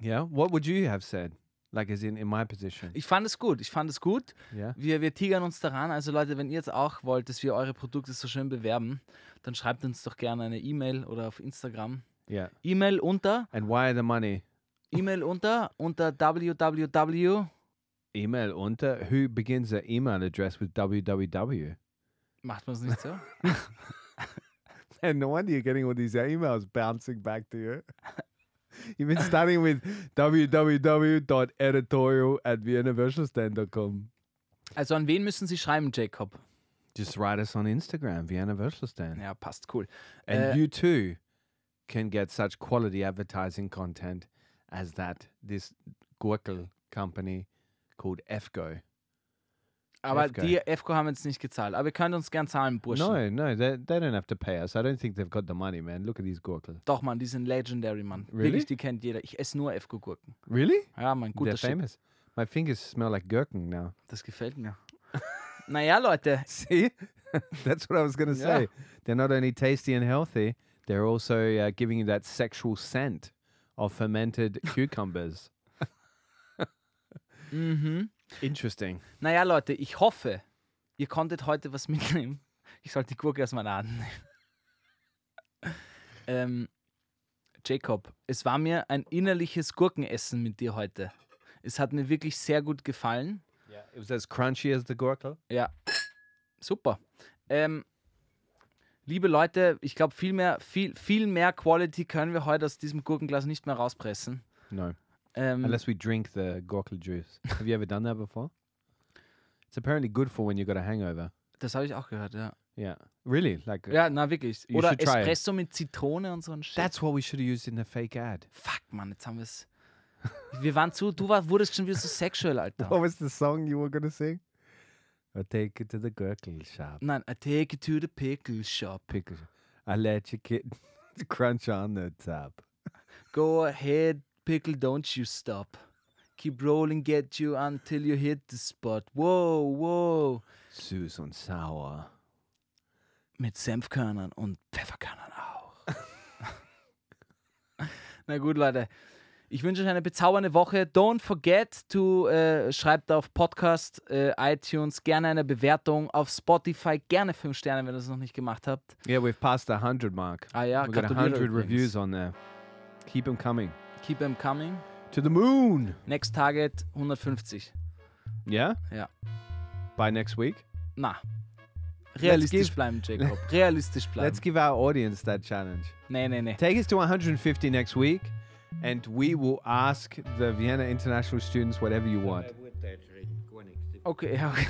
B: Yeah. What would you have said? Like as in in my position.
A: Ich fand es gut. Ich fand es gut.
B: Yeah.
A: Wir, wir tigern uns daran. Also Leute, wenn ihr jetzt auch wollt, dass wir eure Produkte so schön bewerben, dann schreibt uns doch gerne eine E-Mail oder auf Instagram.
B: Yeah.
A: E-Mail unter,
B: And why the money?
A: E-Mail unter, unter www.
B: Email unter. Who begins their email address with www?
A: Macht man es nicht so?
B: *laughs* And no wonder you're getting all these emails bouncing back to you. *laughs* You've been starting with www.editorial at viennavirtualstand.com.
A: Also an wen müssen Sie schreiben, Jacob?
B: Just write us on Instagram, Vienna Virtual Stand.
A: Ja, passt, cool.
B: And
A: Äh,
B: you too can get such quality advertising content as that this Gurkel company called FGO.
A: aber
B: FK.
A: die FCO haben jetzt nicht gezahlt. Aber ihr könnt uns gern zahlen, Burschen.
B: No, no, they, they don't have to pay us. I don't think they've got the money, man. Look at these Gurkel.
A: Doch, Mann, die sind legendary, Mann.
B: Really?
A: Wirklich, die kennt jeder. Ich esse nur FCO-Gurken.
B: Really?
A: Ja, Mann, guter
B: They're
A: Shit.
B: famous. My fingers smell like gherkin now.
A: Das gefällt mir. *laughs* naja, Leute,
B: See, *laughs* that's what I was going to
A: Yeah.
B: say. They're not only tasty and healthy, they're also uh, giving you that sexual scent of *laughs* fermented cucumbers. Mm-hmm.
A: mhm.
B: Interesting.
A: Naja, Leute, ich hoffe, ihr konntet heute was mitnehmen. Ich sollte die Gurke aus meiner Hand nehmen. *laughs* ähm, Jacob, es war mir ein innerliches Gurkenessen mit dir heute. Es hat mir wirklich sehr gut gefallen.
B: Yeah, it was as crunchy as the gorkel.
A: Ja, super. Ähm, liebe Leute, ich glaube, viel mehr, viel, viel mehr Quality können wir heute aus diesem Gurkenglas nicht mehr rauspressen.
B: No,
A: Ähm,
B: unless we drink the gorkel juice. Have you ever done that before? It's apparently good for when you've got a hangover.
A: das habe ich auch gehört, ja.
B: Yeah, really? Like,
A: Ja, na wirklich.
B: You
A: Oder
B: should try it.
A: Espresso mit Zitrone und so ein Shit.
B: that's what we should have used in the fake ad.
A: Fuck, Mann, jetzt haben wir es. Wir waren zu, du war, wurdest schon wieder so sexual, Alter.
B: was the song you were going to sing? I take it to the gorkel shop.
A: Nein, I take you to the pickle shop.
B: Pickles. I let your kid *laughs* crunch on the top.
A: Go ahead, pickle, don't you stop. Keep rolling, get you until you hit the spot. Wow, wow.
B: Süß und sauer.
A: Mit Senfkörnern und Pfefferkörnern auch. *laughs* Na gut, Leute. Ich wünsche euch eine bezaubernde Woche. Don't forget to äh, schreibt auf Podcast, äh, iTunes, gerne eine Bewertung auf Spotify, gerne 5 Sterne, wenn ihr es noch nicht gemacht habt.
B: Yeah, we've passed the 100 mark.
A: Ah ja,
B: we've got
A: gratuliere
B: 100
A: übrigens.
B: reviews on there. Keep them coming.
A: Keep them coming.
B: To the moon!
A: Next Target 150.
B: Yeah?
A: Ja.
B: By next week?
A: Na. Realistisch
B: give-
A: bleiben, Jacob. *laughs* Realistisch bleiben.
B: Let's give our audience that challenge.
A: nee, nee, nee.
B: Take us to 150 next week, and we will ask the Vienna International students whatever you want.
A: Okay, ja, okay.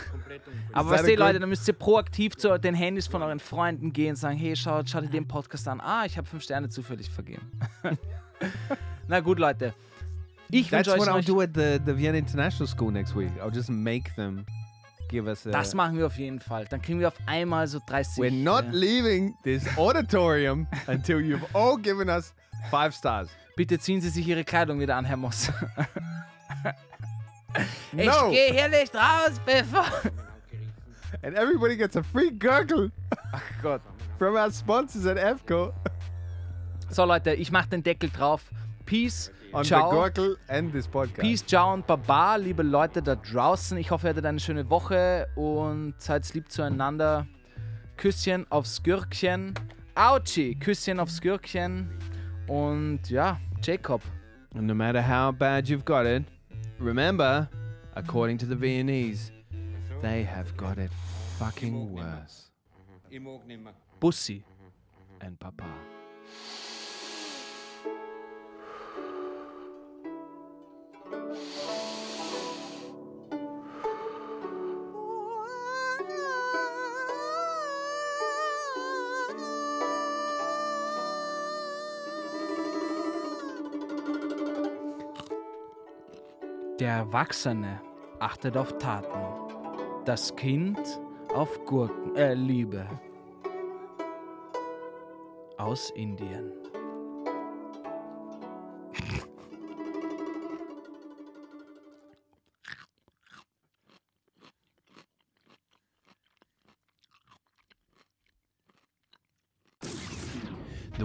A: Aber was
B: Ist that
A: die
B: a good-
A: Leute, dann müsst ihr proaktiv zu den Handys von euren Freunden gehen und sagen, hey, schaut, schaut ihr den Podcast an. Ah, ich habe fünf Sterne zufällig vergeben. *laughs* Na gut, Leute. Ich
B: That's
A: wünsche euch
B: what I'll
A: noch,
B: do at the, the Vienna International School next week. I'll just make them give us a.
A: Das machen wir auf jeden Fall. Dann kriegen wir auf einmal so 30.
B: We're not
A: äh,
B: leaving *laughs* this auditorium until you've all given us five stars.
A: Bitte ziehen Sie sich Ihre Kleidung wieder an, Herr Moss. *laughs*
B: No.
A: Ich gehe hier nicht raus, bevor...
B: And everybody gets a free *laughs* gurgle
A: Gott.
B: from our sponsors at EFCO
A: So, Leute, ich mache den Deckel drauf. Peace,
B: on
A: ciao.
B: the gurgle and this podcast.
A: Peace, ciao und baba, liebe Leute da draußen. Ich hoffe, ihr hattet eine schöne Woche und seid lieb zueinander. Küsschen aufs Gürkchen. Autschi, Küsschen aufs Gürkchen. Und ja, Jacob,
B: And no matter how bad you've got it, remember, according to the Viennese, they have got it fucking worse.
A: Bussi.
B: And papa.
I: Der Erwachsene achtet auf Taten, das Kind auf Gurken, äh, Liebe. Aus Indien.
A: The